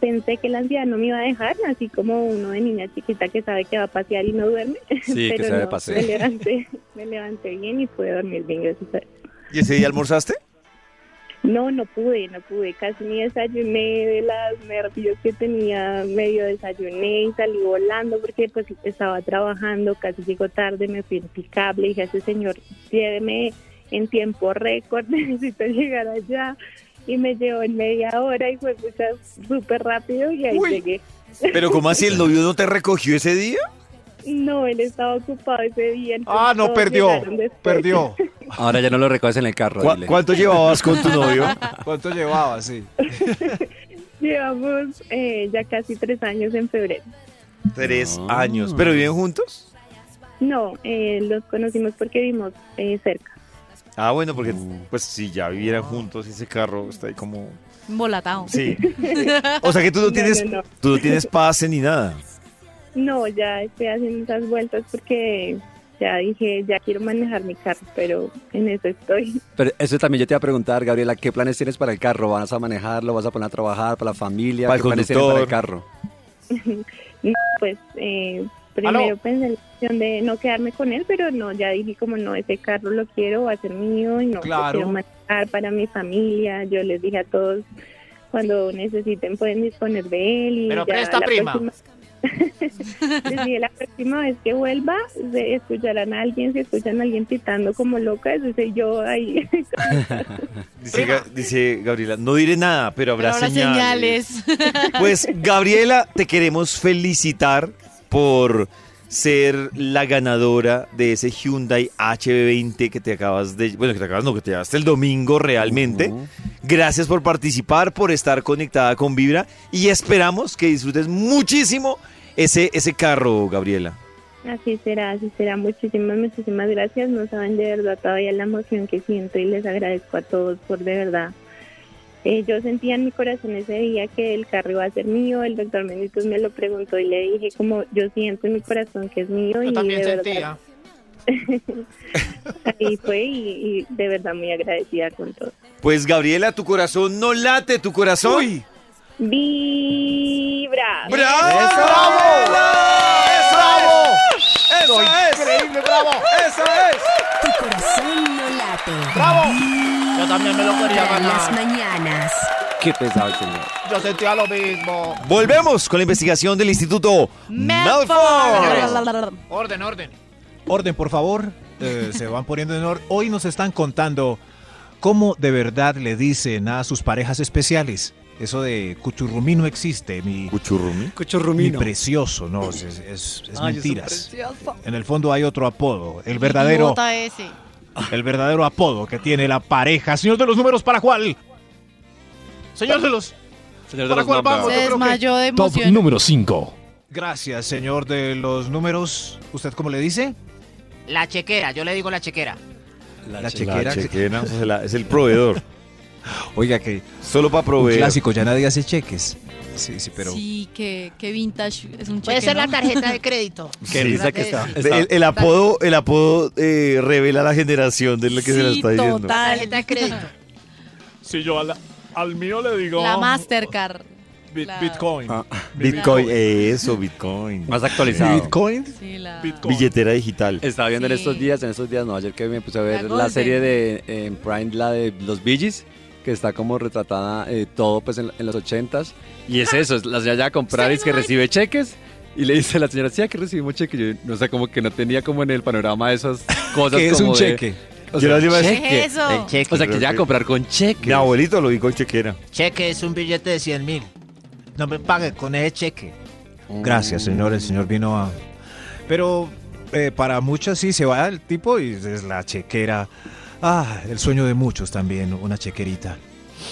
Speaker 14: Pensé que la ansiedad no me iba a dejar, así como uno de niña chiquita que sabe que va a pasear y no duerme.
Speaker 4: Sí, que
Speaker 14: Pero
Speaker 4: se va de
Speaker 14: no,
Speaker 4: paseo.
Speaker 14: Me levanté, me levanté bien y pude dormir bien, gracias a
Speaker 3: ¿Y ese día almorzaste?
Speaker 14: No, no pude, no pude. Casi ni desayuné de las nervios que tenía. Medio desayuné y salí volando porque pues estaba trabajando. Casi llegó tarde, me fui en picable. Dije a ese señor, lléveme en tiempo récord, necesito llegar allá. Y me llevó en media hora y fue pucha, súper rápido y ahí llegué.
Speaker 3: ¿Pero cómo así el novio no te recogió ese día?
Speaker 14: No, él estaba ocupado ese día. entonces
Speaker 5: Ah, no,
Speaker 14: todos
Speaker 5: perdió.
Speaker 14: llegaron después.
Speaker 5: Perdió.
Speaker 4: Ahora ya no lo recoges en el carro.
Speaker 3: ¿Cuá-
Speaker 4: dile.
Speaker 3: ¿Cuánto llevabas con tu novio?
Speaker 5: ¿Cuánto llevaba? Sí.
Speaker 14: Llevamos eh, ya casi tres años en febrero.
Speaker 3: Tres años. ¿Pero viven juntos?
Speaker 14: No, eh, los conocimos porque vimos eh, cerca.
Speaker 3: Ah, bueno, porque pues si ya vivieran juntos ese carro está ahí como...
Speaker 7: embolatado.
Speaker 3: Sí. O sea que tú no tienes,
Speaker 14: no, no.
Speaker 3: Tú no tienes pase ni nada.
Speaker 14: No, ya estoy haciendo esas vueltas porque ya dije, ya quiero manejar mi carro, pero en eso estoy.
Speaker 4: Pero eso también yo te iba a preguntar, Gabriela, ¿qué planes tienes para el carro? ¿Vas a manejarlo? ¿Vas a poner a trabajar para la familia?
Speaker 3: Para el
Speaker 4: ¿Qué planes tienes para el
Speaker 3: conductor.
Speaker 4: carro?
Speaker 14: No, pues eh, primero pensé en la opción de no quedarme con él, pero no, ya dije como no, ese carro lo quiero, va a ser mío y no lo
Speaker 13: Claro.
Speaker 14: quiero manejar para mi familia. Yo les dije a todos, cuando necesiten pueden disponer de él. Y
Speaker 1: Pero
Speaker 14: ya
Speaker 1: presta,
Speaker 14: la
Speaker 1: prima.
Speaker 14: próxima- Les dije, la próxima vez que vuelva, se escucharán a alguien, se escuchan a alguien pitando como loca, eso soy yo ahí.
Speaker 3: Dice, Ga- dice Gabriela, no diré nada, pero habrá, señales.
Speaker 7: señales.
Speaker 3: Pues Gabriela, te queremos felicitar por ser la ganadora de ese Hyundai HB20 que te acabas de, bueno, que te acabas no, que te llevaste el domingo realmente. Gracias por participar, por estar conectada con Vibra y esperamos que disfrutes muchísimo ese ese carro, Gabriela.
Speaker 14: Así será, así será. Muchísimas, muchísimas gracias. No saben de verdad todavía la emoción que siento y les agradezco a todos por de verdad Eh, yo sentía en mi corazón ese día que el carro iba a ser mío, el doctor Benítez me lo preguntó y le dije como yo siento en mi corazón que es mío
Speaker 1: Yo
Speaker 14: y
Speaker 1: también
Speaker 14: de
Speaker 1: sentía.
Speaker 14: verdad ahí fue y, y de verdad muy agradecida con todo.
Speaker 3: Pues Gabriela, tu corazón no late, tu corazón.
Speaker 14: Vibra.
Speaker 3: ¡Bravo! ¡Bravo! ¡Eso es!
Speaker 1: ¡Increíble, bravo!
Speaker 3: ¡Eso es!
Speaker 2: Tu corazón no late.
Speaker 1: ¡Bravo! Yo también me lo quería
Speaker 2: Vibra en las
Speaker 1: ganar.
Speaker 2: mañanas.
Speaker 4: Qué pesado el señor.
Speaker 1: Yo sentía lo mismo.
Speaker 3: Volvemos con la investigación del Instituto Melford.
Speaker 7: Melford.
Speaker 1: Orden, orden.
Speaker 5: Orden, por favor. Eh, se van poniendo en orden. Hoy nos están contando cómo de verdad le dicen a sus parejas especiales. Eso de cuchurrumí no existe. Mi,
Speaker 3: ¿Cuchurrumí?
Speaker 5: Mi
Speaker 4: Cuchurrumino.
Speaker 5: precioso, no, es, es- es
Speaker 7: Ah,
Speaker 4: Ay, es un
Speaker 5: mentiras. En el fondo hay otro apodo, el verdadero,
Speaker 7: Idiota ese.
Speaker 5: el verdadero apodo que tiene la pareja. Señor de los números, ¿para cuál?
Speaker 1: Señor de los.
Speaker 9: Señor
Speaker 1: ¿Para cuál vamos? Yo
Speaker 7: Se
Speaker 1: creo que-
Speaker 7: desmayó de
Speaker 9: Top
Speaker 7: emoción.
Speaker 9: número 5.
Speaker 5: Gracias, señor de los números. ¿Usted cómo le dice?
Speaker 13: La chequera, yo le digo la chequera.
Speaker 5: La chequera.
Speaker 3: es, la- es el proveedor.
Speaker 5: Oiga, que
Speaker 3: Solo para
Speaker 5: un
Speaker 3: proveer.
Speaker 5: clásico, ya nadie hace cheques. Sí, sí, pero...
Speaker 7: Sí, que, que vintage es un cheque.
Speaker 13: Puede ser la
Speaker 7: ¿no?
Speaker 13: tarjeta de crédito.
Speaker 3: Sí.
Speaker 13: Está-
Speaker 3: El, el apodo, el apodo eh, revela la generación de lo que se la
Speaker 7: Sí,
Speaker 3: está diciendo.
Speaker 13: La
Speaker 7: total.
Speaker 13: tarjeta de crédito.
Speaker 9: Si yo al, al mío le digo.
Speaker 7: La Mastercard.
Speaker 9: Bit-
Speaker 7: La-
Speaker 9: Bitcoin.
Speaker 5: Ah,
Speaker 3: Bitcoin, eh, eso, Bitcoin.
Speaker 4: Más actualizado.
Speaker 5: Bitcoin.
Speaker 7: Sí, la...
Speaker 9: Bitcoin.
Speaker 3: Billetera digital.
Speaker 4: Estaba viendo en
Speaker 7: Sí.
Speaker 4: estos días, en estos días no, ayer que me puse a ver
Speaker 7: La
Speaker 4: la,
Speaker 7: Golden.
Speaker 4: serie de en Prime, la de los Bee Gees, que está como retratada eh, todo pues en, en los ochentas. Y es eso, es la señora ya a comprar es que recibe cheques. Y le dice a la señora, sí, aquí recibimos cheques. Yo, no sé, como que no tenía como en el panorama esas cosas.
Speaker 5: ¿Qué es
Speaker 4: como
Speaker 5: un
Speaker 4: de-
Speaker 5: cheque?
Speaker 4: o
Speaker 3: Yo
Speaker 4: sea,
Speaker 3: le iba a decir-
Speaker 7: ¿Qué es eso?
Speaker 4: o sea, que ya a comprar con
Speaker 3: Mi
Speaker 4: cheques.
Speaker 3: abuelito lo vi con chequera.
Speaker 13: Cheque es un billete de 100 mil.
Speaker 1: No me pague con ese cheque.
Speaker 5: Gracias,
Speaker 3: Mm.
Speaker 5: señor. El señor vino a. Pero eh, para muchos sí se va el tipo y es la chequera. Ah, el sueño de muchos también, una chequerita.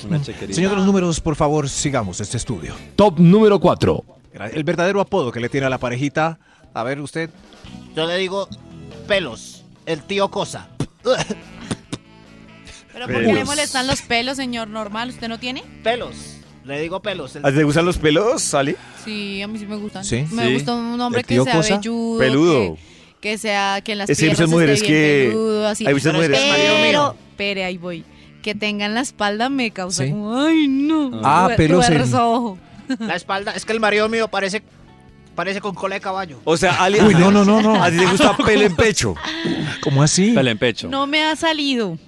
Speaker 5: Mm.
Speaker 4: Una chequerita.
Speaker 5: Señor de los números, por favor, sigamos este estudio.
Speaker 9: Top número 4.
Speaker 5: Gra- El verdadero apodo que le tiene a la parejita. A ver, usted.
Speaker 1: Yo le digo pelos. El tío Cosa.
Speaker 7: ¿Pero por qué le molestan los pelos, señor normal? ¿Usted no tiene?
Speaker 1: Pelos. Le digo pelos. El-
Speaker 3: ¿A ti ¿Te gustan los pelos, Sally?
Speaker 7: Sí, a mí sí me gustan.
Speaker 5: Sí.
Speaker 7: Ah, Me
Speaker 4: Sí.
Speaker 7: gusta un hombre
Speaker 5: ¿El
Speaker 7: que
Speaker 5: tío
Speaker 7: sea
Speaker 5: cosa?
Speaker 7: velludo.
Speaker 3: Peludo.
Speaker 7: Que, que sea, que en las
Speaker 3: Es que hay
Speaker 7: piernas
Speaker 3: muchas mujeres
Speaker 7: esté bien
Speaker 3: que-
Speaker 7: peludo, así.
Speaker 3: hay muchas
Speaker 7: Pero
Speaker 3: mujeres-
Speaker 7: Pero, espere, ahí voy. Que tenga en la espalda me causa
Speaker 5: Sí.
Speaker 7: como, ay, no.
Speaker 5: Ah,
Speaker 7: tuer-
Speaker 5: pelos en-
Speaker 7: tuerzojo.
Speaker 1: La espalda. Es que el marido mío parece. Parece con cola de caballo.
Speaker 3: O sea, Ali,
Speaker 5: Uy, no, no, no, no.
Speaker 3: ¿a ti te gusta pelo en pecho?
Speaker 5: ¿Cómo así? ¿Mm?
Speaker 4: Pele en pecho.
Speaker 7: No me ha salido.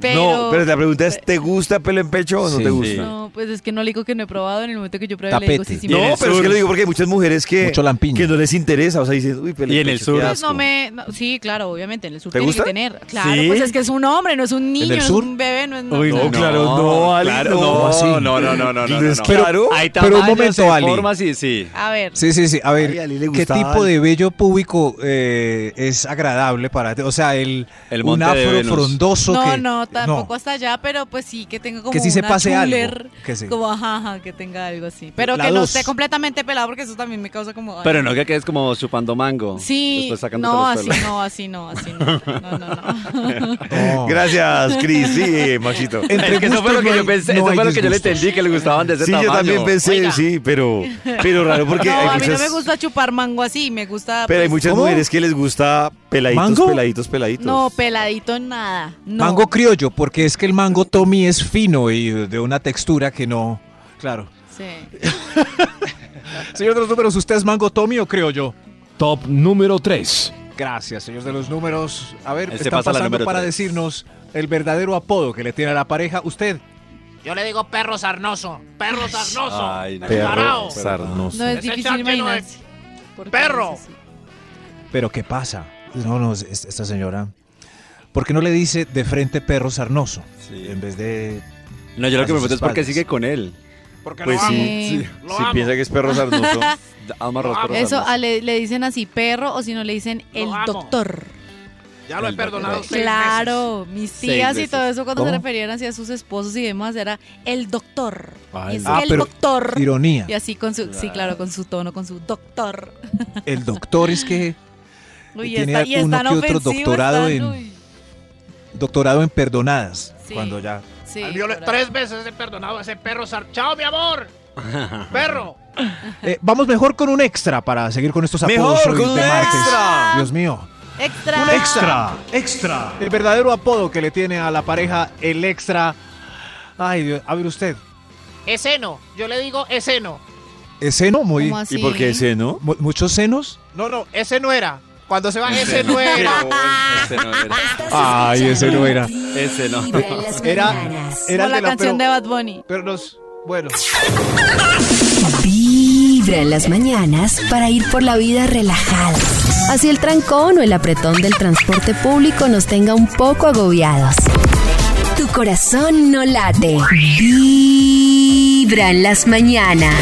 Speaker 7: Pero,
Speaker 3: no, pero la pregunta es, ¿te gusta pelo en pecho o no
Speaker 5: Sí.
Speaker 3: te gusta?
Speaker 7: No, pues es que no le digo que no he probado. En el momento que yo pruebe, le digo
Speaker 5: Tapete.
Speaker 7: sí, sí
Speaker 3: No,
Speaker 7: me
Speaker 3: pero
Speaker 7: gusta.
Speaker 3: es que lo digo porque hay muchas mujeres que,
Speaker 5: Mucho lampiño.
Speaker 3: que no les interesa. O sea, dicen, uy, pelo
Speaker 4: Y en el
Speaker 3: pecho,
Speaker 4: sur.
Speaker 3: qué
Speaker 7: Pues no
Speaker 3: asco.
Speaker 7: me. no- sí, claro, obviamente. En el sur
Speaker 3: ¿Te
Speaker 7: tiene
Speaker 3: gusta?
Speaker 7: que tener. Claro,
Speaker 3: ¿Sí?
Speaker 7: pues es que es un hombre, no es un niño,
Speaker 5: el
Speaker 7: no
Speaker 5: sur?
Speaker 7: es un bebé, no es nada.
Speaker 4: Uy,
Speaker 3: No, claro, no, Ali,
Speaker 4: claro,
Speaker 3: no.
Speaker 4: no,
Speaker 5: así.
Speaker 4: Oh, no, no, no, no, no, no, no.
Speaker 3: Pero- Claro.
Speaker 4: Hay
Speaker 5: pero un
Speaker 4: tamaños,
Speaker 5: momento,
Speaker 4: hay
Speaker 5: Ali.
Speaker 4: formas y sí.
Speaker 7: A ver.
Speaker 5: Sí, sí, sí. A ver,
Speaker 3: Ay, a Lili le
Speaker 5: ¿qué
Speaker 3: gustaba
Speaker 5: tipo
Speaker 3: el-
Speaker 5: de vello púbico eh, es agradable para ti? O sea, el,
Speaker 4: El
Speaker 5: un
Speaker 4: monte de
Speaker 5: afro
Speaker 4: Venus.
Speaker 5: frondoso
Speaker 7: No,
Speaker 5: que
Speaker 7: no, tampoco hasta allá, pero pues sí que tenga como
Speaker 5: que sí se
Speaker 7: una
Speaker 5: pase
Speaker 7: chuler,
Speaker 5: algo, que sí.
Speaker 7: Como ajá, ajá, que tenga algo así. Pero
Speaker 5: La
Speaker 7: que no
Speaker 5: dos.
Speaker 7: esté completamente pelado porque eso también me causa como ay.
Speaker 4: Pero no que quedes como chupando mango.
Speaker 7: Sí,
Speaker 4: después sacándote
Speaker 7: no,
Speaker 4: los
Speaker 7: así
Speaker 4: pelos.
Speaker 7: no, así no, así no. No, no, no.
Speaker 5: No.
Speaker 3: Gracias, Cris. Sí, eh, Maxito.
Speaker 5: Entre
Speaker 4: Es que eso
Speaker 5: gustos
Speaker 4: fue lo que
Speaker 5: no
Speaker 4: yo
Speaker 5: hay-
Speaker 4: pensé,
Speaker 5: no
Speaker 4: eso
Speaker 5: hay
Speaker 4: fue lo que yo le
Speaker 5: disgustos.
Speaker 4: entendí que le gustaban de ese
Speaker 3: Sí, yo
Speaker 4: tamaño.
Speaker 3: también pensé,
Speaker 13: Oiga.
Speaker 3: sí, pero, pero raro porque hay
Speaker 7: no, a mí no
Speaker 3: muchas,
Speaker 7: me gusta chupar mango así, me gusta.
Speaker 3: pero hay
Speaker 7: pues,
Speaker 3: muchas
Speaker 5: ¿Cómo?
Speaker 3: mujeres que les gusta peladitos,
Speaker 5: ¿Mango?
Speaker 3: peladitos, peladitos.
Speaker 7: No, peladito nada. No.
Speaker 5: Mango criollo, porque es que el mango Tommy es fino y de una textura que no. Claro.
Speaker 7: Sí.
Speaker 5: Señor de los números, ¿usted es mango Tommy o criollo?
Speaker 9: Top número 3.
Speaker 5: Gracias, señor de los números. A ver,
Speaker 4: Este
Speaker 5: están
Speaker 4: pasa a la
Speaker 5: pasando
Speaker 4: número
Speaker 5: para
Speaker 4: tres.
Speaker 5: decirnos el verdadero apodo que le tiene a la pareja. Usted,
Speaker 1: Yo le digo perro sarnoso. Perro sarnoso.
Speaker 4: ay, no.
Speaker 3: Perro
Speaker 1: Tarao.
Speaker 4: Pero-
Speaker 3: sarnoso.
Speaker 7: No es
Speaker 1: Ese
Speaker 7: difícil
Speaker 1: chat que no
Speaker 7: imaginarse. Porque
Speaker 1: ¡Perro!
Speaker 7: no es así.
Speaker 5: ¿pero qué pasa? No, no, es- esta señora. ¿Por qué no le dice de frente perro sarnoso?
Speaker 4: Sí.
Speaker 5: En vez de.
Speaker 4: No, yo lo que me
Speaker 5: Las
Speaker 4: pregunto es por qué
Speaker 5: espaldas.
Speaker 4: sigue con él.
Speaker 1: Porque
Speaker 3: Pues
Speaker 1: lo amo.
Speaker 3: sí,
Speaker 7: Sí.
Speaker 3: sí,
Speaker 1: Lo
Speaker 3: si
Speaker 1: amo.
Speaker 3: piensa que es perro sarnoso.
Speaker 4: Ama los perros
Speaker 7: Eso
Speaker 4: hermosos.
Speaker 7: a le, le dicen así perro o si no le dicen
Speaker 1: Lo
Speaker 7: el
Speaker 1: amo.
Speaker 7: doctor.
Speaker 1: Ya lo he
Speaker 4: El
Speaker 1: perdonado.
Speaker 4: doctor.
Speaker 1: seis
Speaker 7: Claro, mis
Speaker 4: Seis
Speaker 7: tías y
Speaker 4: veces.
Speaker 7: todo eso cuando se
Speaker 5: ¿Cómo?
Speaker 7: referían hacia sus esposos y demás era el doctor.
Speaker 4: Ay,
Speaker 7: Y es
Speaker 5: Ah,
Speaker 7: el
Speaker 5: pero-
Speaker 7: doctor.
Speaker 5: Ironía.
Speaker 7: Y así con su, sí, claro, con su tono, con su doctor.
Speaker 5: El doctor es que.
Speaker 7: Uy,
Speaker 5: Tiene
Speaker 7: está, y es
Speaker 5: uno
Speaker 7: tan
Speaker 5: que otro
Speaker 7: ofensivo,
Speaker 5: doctorado
Speaker 7: es tan-
Speaker 5: en-
Speaker 7: uy.
Speaker 5: Doctorado en perdonadas.
Speaker 7: Sí.
Speaker 5: Cuando ya.
Speaker 7: Sí,
Speaker 1: Al mío le- tres veces he perdonado a ese perro sarchado, mi amor. Perro.
Speaker 5: Eh, vamos mejor con un extra para seguir con estos apodos.
Speaker 1: Mejor
Speaker 5: hoy
Speaker 1: con
Speaker 5: de
Speaker 1: un
Speaker 5: martes.
Speaker 1: extra.
Speaker 5: Dios mío.
Speaker 7: Extra.
Speaker 5: Un extra, extra. El verdadero apodo que le tiene a la pareja, el extra. Ay, Dios. A ver usted.
Speaker 1: Eseno. Yo le digo eseno.
Speaker 5: ¿Eseno? Muy...
Speaker 1: ¿Cómo ¿Y por qué así?
Speaker 5: seno? ¿Muchos senos?
Speaker 1: No, no, ese no era. Cuando se va, ese no era.
Speaker 4: Ese no era.
Speaker 5: Ay, ese no era.
Speaker 4: Ese no.
Speaker 5: Era, era
Speaker 7: Como
Speaker 5: el de
Speaker 7: la
Speaker 5: la-
Speaker 7: canción
Speaker 5: pero-
Speaker 7: de Bad Bunny.
Speaker 5: Pero los. Bueno.
Speaker 2: Vibra en las mañanas para ir por la vida relajada. Así el trancón o el apretón del transporte público nos tenga un poco agobiados. Tu corazón no late. Vibra en las mañanas.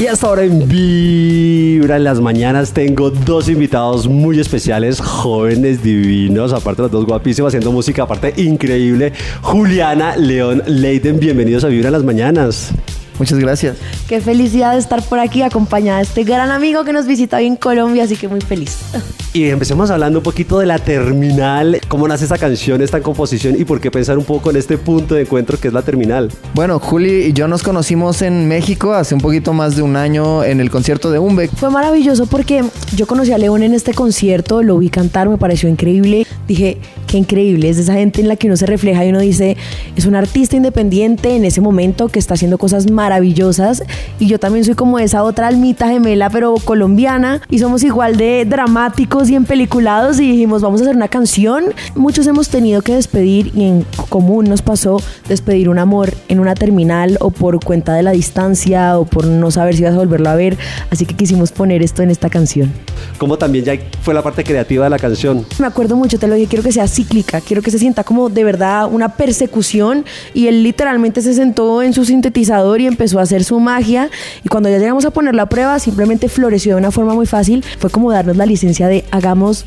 Speaker 15: Y hasta ahora en Vibra en las mañanas tengo dos invitados muy especiales, jóvenes divinos, aparte las dos guapísimas haciendo música, aparte increíble. Juliana León Leiden, bienvenidos a Vibra en las mañanas.
Speaker 16: Muchas gracias.
Speaker 17: Qué felicidad de estar por aquí acompañada de este gran amigo que nos visita hoy en Colombia, así que muy feliz.
Speaker 15: Y empecemos hablando un poquito de la terminal, cómo nace esta canción, esta composición y por qué pensar un poco en este punto de encuentro que es la terminal.
Speaker 16: Bueno, Juli y yo nos conocimos en México hace un poquito más de un año en el concierto de Umbeck.
Speaker 17: Fue maravilloso porque yo conocí a León en este concierto, lo vi cantar, me pareció increíble. Dije, qué increíble, es de esa gente en la que uno se refleja y uno dice, es un artista independiente en ese momento que está haciendo cosas maravillosas. Y yo también soy como esa otra almita gemela, pero colombiana. Y somos igual de dramáticos y empeliculados. Y dijimos, vamos a hacer una canción. Muchos hemos tenido que despedir y en común nos pasó despedir un amor en una terminal o por cuenta de la distancia o por no saber si vas a volverlo a ver. Así que quisimos poner esto en esta canción.
Speaker 15: Cómo también ya fue la parte creativa de la canción.
Speaker 17: Me acuerdo mucho, te lo dije, quiero que sea cíclica, quiero que se sienta como de verdad una persecución y él literalmente se sentó en su sintetizador y empezó a hacer su magia y cuando ya llegamos a poner la prueba simplemente floreció de una forma muy fácil, fue como darnos la licencia de hagamos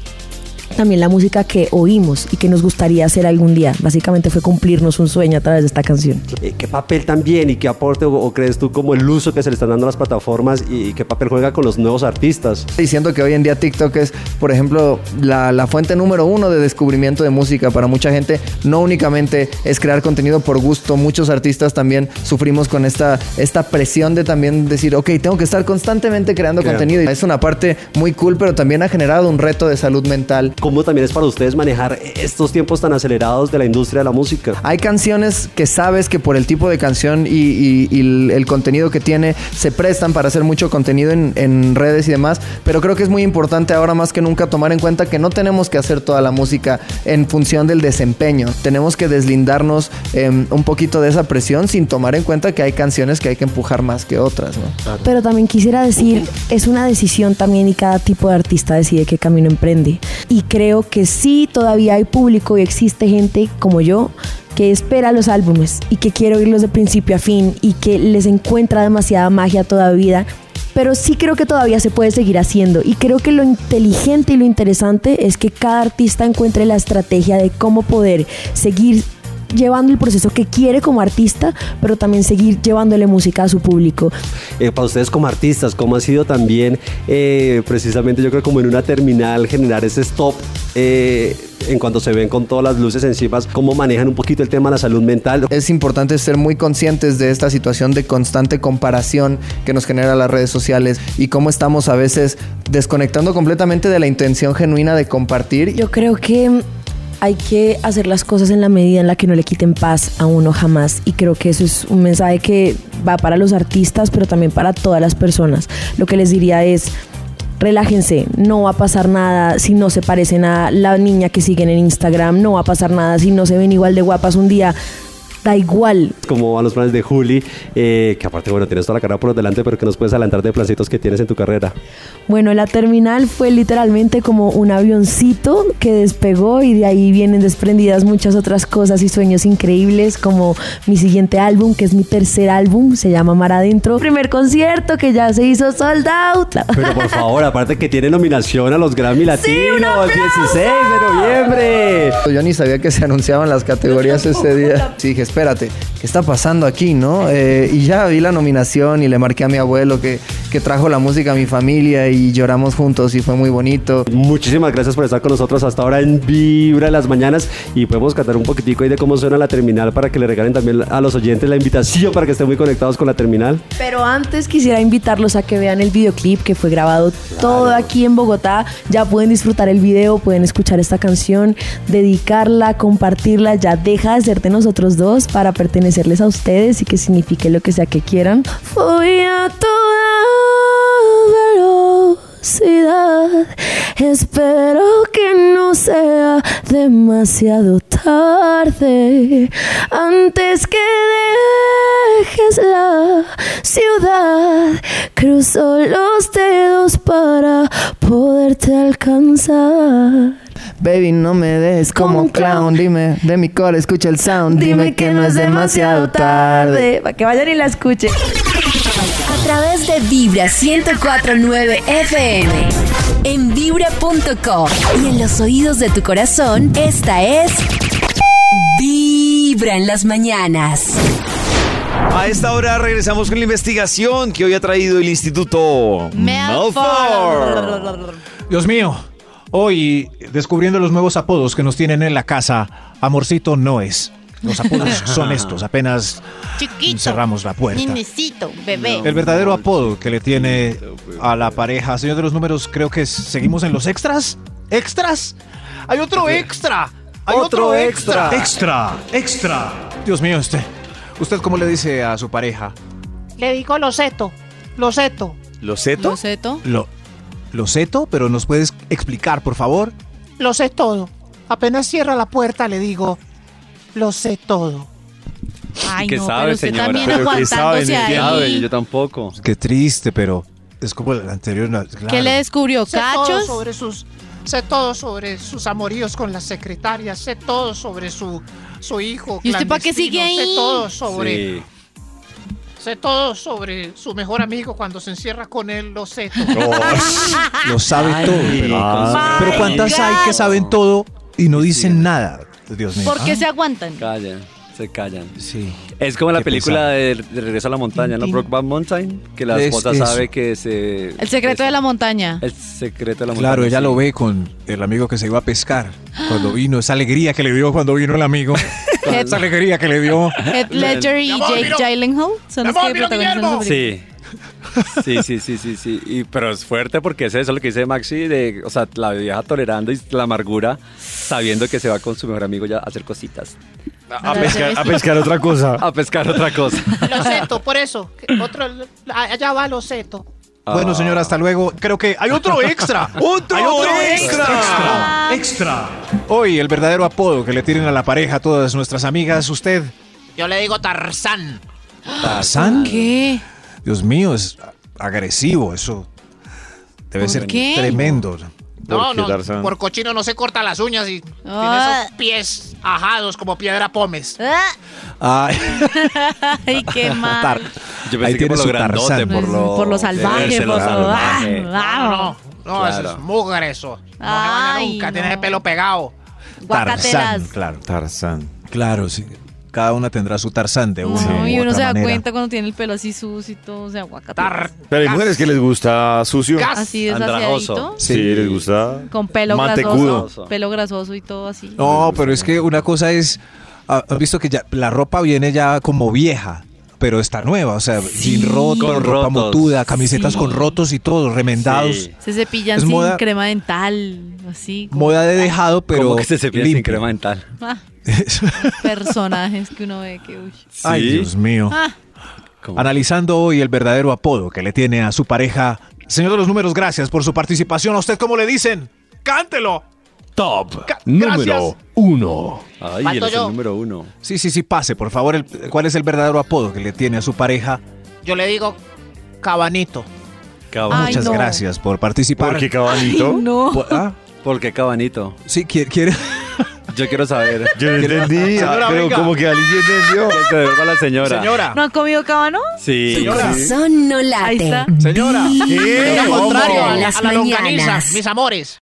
Speaker 17: también la música que oímos y que nos gustaría hacer algún día, básicamente fue cumplirnos un sueño a través de esta canción.
Speaker 15: Eh, ¿Qué papel también y qué aporte o, o crees tú como el uso que se le están dando a las plataformas y, y qué papel juega con los nuevos artistas?
Speaker 16: Diciendo que hoy en día TikTok es, por ejemplo, la, la fuente número uno de descubrimiento de música para mucha gente. No únicamente es crear contenido por gusto. Muchos artistas también sufrimos con esta, esta presión de también decir, ok, tengo que estar constantemente creando
Speaker 15: Creando.
Speaker 16: contenido. Es una parte muy cool, pero también ha generado un reto de salud mental.
Speaker 15: ¿Cómo también es para ustedes manejar estos tiempos tan acelerados de la industria de la música?
Speaker 16: Hay canciones que sabes que por el tipo de canción y, y- y el, el contenido que tiene se prestan para hacer mucho contenido en, en redes y demás, pero creo que es muy importante ahora más que nunca tomar en cuenta que no tenemos que hacer toda la música en función del desempeño. Tenemos que deslindarnos em, un poquito de esa presión sin tomar en cuenta que hay canciones que hay que empujar más que otras. ¿no?
Speaker 17: Pero también quisiera decir, es una decisión también y cada tipo de artista decide qué camino emprende. Y creo que sí, todavía hay público y existe gente como yo que espera los álbumes y que quiere oírlos de principio a fin y que les encuentra demasiada magia todavía. Pero sí creo que todavía se puede seguir haciendo y creo que lo inteligente y lo interesante es que cada artista encuentre la estrategia de cómo poder seguir llevando el proceso que quiere como artista, pero también seguir llevándole música a su público.
Speaker 15: Eh, para ustedes como artistas, ¿cómo ha sido también eh, precisamente yo creo como en una terminal generar ese stop eh, en cuanto se ven con todas las luces encima? ¿Cómo manejan un poquito el tema de la salud mental?
Speaker 16: Es importante ser muy conscientes de esta situación de constante comparación que nos genera las redes sociales y cómo estamos a veces desconectando completamente de la intención genuina de compartir.
Speaker 17: Yo creo que hay que hacer las cosas en la medida en la que no le quiten paz a uno jamás. Y creo que eso es un mensaje que va para los artistas, pero también para todas las personas. Lo que les diría es... Relájense, no va a pasar nada si no se parecen a la niña que siguen en Instagram, no va a pasar nada si no se ven igual de guapas un día, da igual.
Speaker 15: ¿Cómo van los planes de Juli? Eh, que aparte, bueno, tienes toda la carrera por delante, pero que nos puedes adelantar de plancitos que tienes en tu carrera.
Speaker 17: Bueno, la terminal fue literalmente como un avioncito que despegó y de ahí vienen desprendidas muchas otras cosas y sueños increíbles como mi siguiente álbum, que es mi tercer álbum, se llama Mar Adentro. Primer concierto que ya se hizo sold out.
Speaker 15: Pero por favor, aparte que tiene nominación a los Grammy Latinos, 16 de noviembre.
Speaker 16: Yo ni sabía que se anunciaban las categorías ese día. Sí, dije, espérate, ¿qué está pasando aquí, no? Eh, y ya vi la nominación y le marqué a mi abuelo que, que que trajo la música a mi familia y lloramos juntos y fue muy bonito.
Speaker 15: Muchísimas gracias por estar con nosotros hasta ahora en Vibra en las Mañanas y podemos cantar un poquitico ahí de cómo suena la terminal para que le regalen también a los oyentes la invitación para que estén muy conectados con la terminal.
Speaker 17: Pero antes quisiera invitarlos a que vean el videoclip que fue grabado todo aquí en Bogotá. Ya pueden disfrutar el video, pueden escuchar esta canción, dedicarla, compartirla. Ya deja de ser de nosotros dos para pertenecerles a ustedes y que signifique lo que sea que quieran. Fui a toda velocidad. Espero que no sea demasiado tarde antes que dejes la ciudad. Cruzo los dedos para poderte alcanzar.
Speaker 16: Baby, no me dejes como un clown. Dime, de mi core escucha el sound. Dime, que, no es demasiado tarde.
Speaker 17: Para que vayan y la escuchen.
Speaker 2: A través de Vibra 1049 FM. En vibra.com. Y en los oídos de tu corazón, esta es. Vibra en las mañanas.
Speaker 3: A esta hora regresamos con la investigación que hoy ha traído el Instituto Melford.
Speaker 5: Dios mío, hoy descubriendo los nuevos apodos que nos tienen en la casa, amorcito no es. Los apodos son estos, apenas
Speaker 18: Chiquito.
Speaker 5: cerramos la puerta.
Speaker 18: Ninicito, bebé.
Speaker 5: El verdadero apodo que le tiene a la pareja, señor de los números, creo que es- seguimos en los extras. ¿Extras? Hay otro extra. Hay otro, extra.
Speaker 9: Extra, extra.
Speaker 5: Dios mío, este. usted. ¿Usted cómo le dice a su pareja?
Speaker 1: Le digo lo seto, lo seto.
Speaker 3: ¿Lo seto?
Speaker 7: ¿Lo seto?
Speaker 5: Lo, lo seto, pero ¿nos puedes explicar, por favor?
Speaker 1: Lo sé todo. Apenas cierra la puerta le digo, lo sé todo.
Speaker 7: Ay,
Speaker 4: ¿Qué
Speaker 7: no,
Speaker 4: sabe,
Speaker 7: pero usted
Speaker 4: señora?
Speaker 7: también
Speaker 4: Pero ¿qué sabe?
Speaker 7: aguantándose
Speaker 4: ¿Qué sabe?
Speaker 7: ahí.
Speaker 4: Yo tampoco.
Speaker 5: Qué triste, pero es como el anterior. no, claro.
Speaker 7: ¿Qué le descubrió?
Speaker 1: Sé todo
Speaker 7: ¿Cachos?
Speaker 1: sobre sus, sé todo sobre sus amoríos con las secretarias, sé todo sobre su, su hijo.
Speaker 7: ¿Y usted pa' qué
Speaker 1: clandestino,
Speaker 7: sigue ahí?
Speaker 1: Sé todo sobre, sé todo sobre su mejor amigo cuando se encierra con él, lo sé. todo.
Speaker 5: Oh. Lo sabe
Speaker 1: Ay,
Speaker 5: todo. Pero, pues,
Speaker 1: Ay,
Speaker 5: pero ¿cuántas
Speaker 1: my
Speaker 5: hay que
Speaker 1: God.
Speaker 5: saben todo y no dicen nada? Dios mío.
Speaker 7: ¿Por
Speaker 1: Ah,
Speaker 7: qué se aguantan?
Speaker 4: Callan, se callan.
Speaker 5: Sí.
Speaker 4: Es como la
Speaker 5: Qué
Speaker 4: película de, de Regreso a la Montaña, ¿no? Brokeback Mountain, que la
Speaker 5: Es
Speaker 4: esposa
Speaker 5: eso.
Speaker 4: sabe que se...
Speaker 7: El secreto de la montaña.
Speaker 4: El secreto de la montaña.
Speaker 5: Claro, ella
Speaker 4: sí.
Speaker 5: lo ve con el amigo que se iba a pescar. Cuando vino, esa alegría que le dio cuando vino el amigo. esa alegría que le dio.
Speaker 7: Heath Ledger y
Speaker 1: Mi amor,
Speaker 7: Jake
Speaker 1: miro-
Speaker 7: Gyllenhaal
Speaker 1: Mi
Speaker 7: son los
Speaker 1: amor,
Speaker 7: que
Speaker 1: miro
Speaker 7: protagonizan
Speaker 1: Guillermo.
Speaker 7: la película.
Speaker 4: Sí. Sí, sí, sí, sí, sí. Y, pero es fuerte porque es eso lo que dice Maxi, de, o sea, la vieja tolerando y la amargura, sabiendo que se va con su mejor amigo ya a hacer cositas.
Speaker 3: A pescar- a pescar otra
Speaker 4: cosa. A pescar otra cosa.
Speaker 1: Lo seto, por eso. que Otro, allá va lo seto.
Speaker 3: Ah.
Speaker 5: Bueno, señora, hasta luego. Creo que hay otro extra.
Speaker 1: ¡Otro
Speaker 5: Hay
Speaker 1: extra!
Speaker 5: extra! ¡Extra! Hoy, el verdadero apodo que le tienen a la pareja todas nuestras amigas, usted.
Speaker 13: Yo le digo Tarzán.
Speaker 5: ¿Tarzán? ¿Qué? Dios mío, es agresivo eso. Debe
Speaker 13: ¿Por
Speaker 5: ser
Speaker 13: qué?
Speaker 5: tremendo.
Speaker 1: No, no, por cochino no se corta las uñas y
Speaker 7: Ah.
Speaker 1: tiene esos pies ajados como piedra pomes.
Speaker 5: Ay,
Speaker 7: Ay, qué mal.
Speaker 5: Tar-
Speaker 4: Yo pensé
Speaker 5: Ahí
Speaker 4: que
Speaker 5: tiene
Speaker 4: por lo
Speaker 5: su
Speaker 4: grandote,
Speaker 5: Tarzán.
Speaker 4: por lo-
Speaker 7: Por lo salvaje,
Speaker 4: Debe ser lo
Speaker 7: por lo... Ah,
Speaker 4: salvaje.
Speaker 1: No, no,
Speaker 7: ah,
Speaker 1: no, eso es
Speaker 4: Claro.
Speaker 1: mugre eso. No se baña
Speaker 7: Ay,
Speaker 1: nunca,
Speaker 7: no.
Speaker 1: tiene el pelo pegado.
Speaker 7: Guacatelas.
Speaker 5: claro. Tarzán. Claro, sí. Cada una tendrá su Tarzán de uno.
Speaker 7: No,
Speaker 5: u
Speaker 7: y uno
Speaker 5: otra
Speaker 7: se da
Speaker 5: manera.
Speaker 7: cuenta cuando tiene el pelo así sucio y todo, o sea, aguacatelas.
Speaker 3: Pero hay mujeres que les gusta sucio.
Speaker 7: Gas. Así desgraciadito. Andrajoso.
Speaker 3: Sí, les gusta.
Speaker 7: Con pelo
Speaker 3: Mantecudo.
Speaker 7: grasoso, pelo grasoso y todo así.
Speaker 5: No, pero es que una cosa es. ah, ¿Has visto que ya la ropa viene ya como vieja? Pero está nueva, o sea, jean roto,
Speaker 4: Con
Speaker 5: ropa
Speaker 4: rotos.
Speaker 5: motuda, camisetas
Speaker 4: Sí.
Speaker 5: con rotos y todo, remendados.
Speaker 4: Sí.
Speaker 7: Se cepillan
Speaker 5: Es
Speaker 7: sin
Speaker 5: moda-
Speaker 7: crema dental, así. como-
Speaker 5: Moda de dejado, pero.
Speaker 4: Como que se cepilla sin
Speaker 5: limpio.
Speaker 4: crema dental.
Speaker 7: Ah, personajes que uno ve que... uy.
Speaker 5: Ay, Dios mío.
Speaker 7: Ah,
Speaker 5: Analizando hoy el verdadero apodo que le tiene a su pareja. Señor de los números, gracias por su participación. ¿A usted cómo le dicen? ¡Cántelo!
Speaker 9: Top
Speaker 5: gracias.
Speaker 9: número uno.
Speaker 4: Ay,
Speaker 5: Falto
Speaker 4: él es el
Speaker 5: yo.
Speaker 4: número uno.
Speaker 5: Sí, sí, sí, pase, por favor. el- ¿Cuál es el verdadero apodo que le tiene a su pareja?
Speaker 1: Yo le digo cabanito.
Speaker 4: Cabanito.
Speaker 5: Muchas gracias por participar.
Speaker 4: ¿Por qué Cabanito? Ay, no.
Speaker 3: Pues,
Speaker 5: Por- ah,
Speaker 4: ¿Por qué cabanito?
Speaker 5: Sí, quiere.
Speaker 4: Yo quiero saber.
Speaker 3: Yo no entendí, ah, pero como que Alicia entendió.
Speaker 4: Que se devuelva la señora.
Speaker 7: ¿No han comido cabano?
Speaker 4: Sí.
Speaker 2: Corazón no late.
Speaker 7: Ahí está.
Speaker 4: Señora.
Speaker 1: Yo lo
Speaker 2: Vibra
Speaker 1: contrario
Speaker 2: en
Speaker 1: a,
Speaker 2: las
Speaker 1: a la longaniza,
Speaker 2: mañanas.
Speaker 1: mis amores.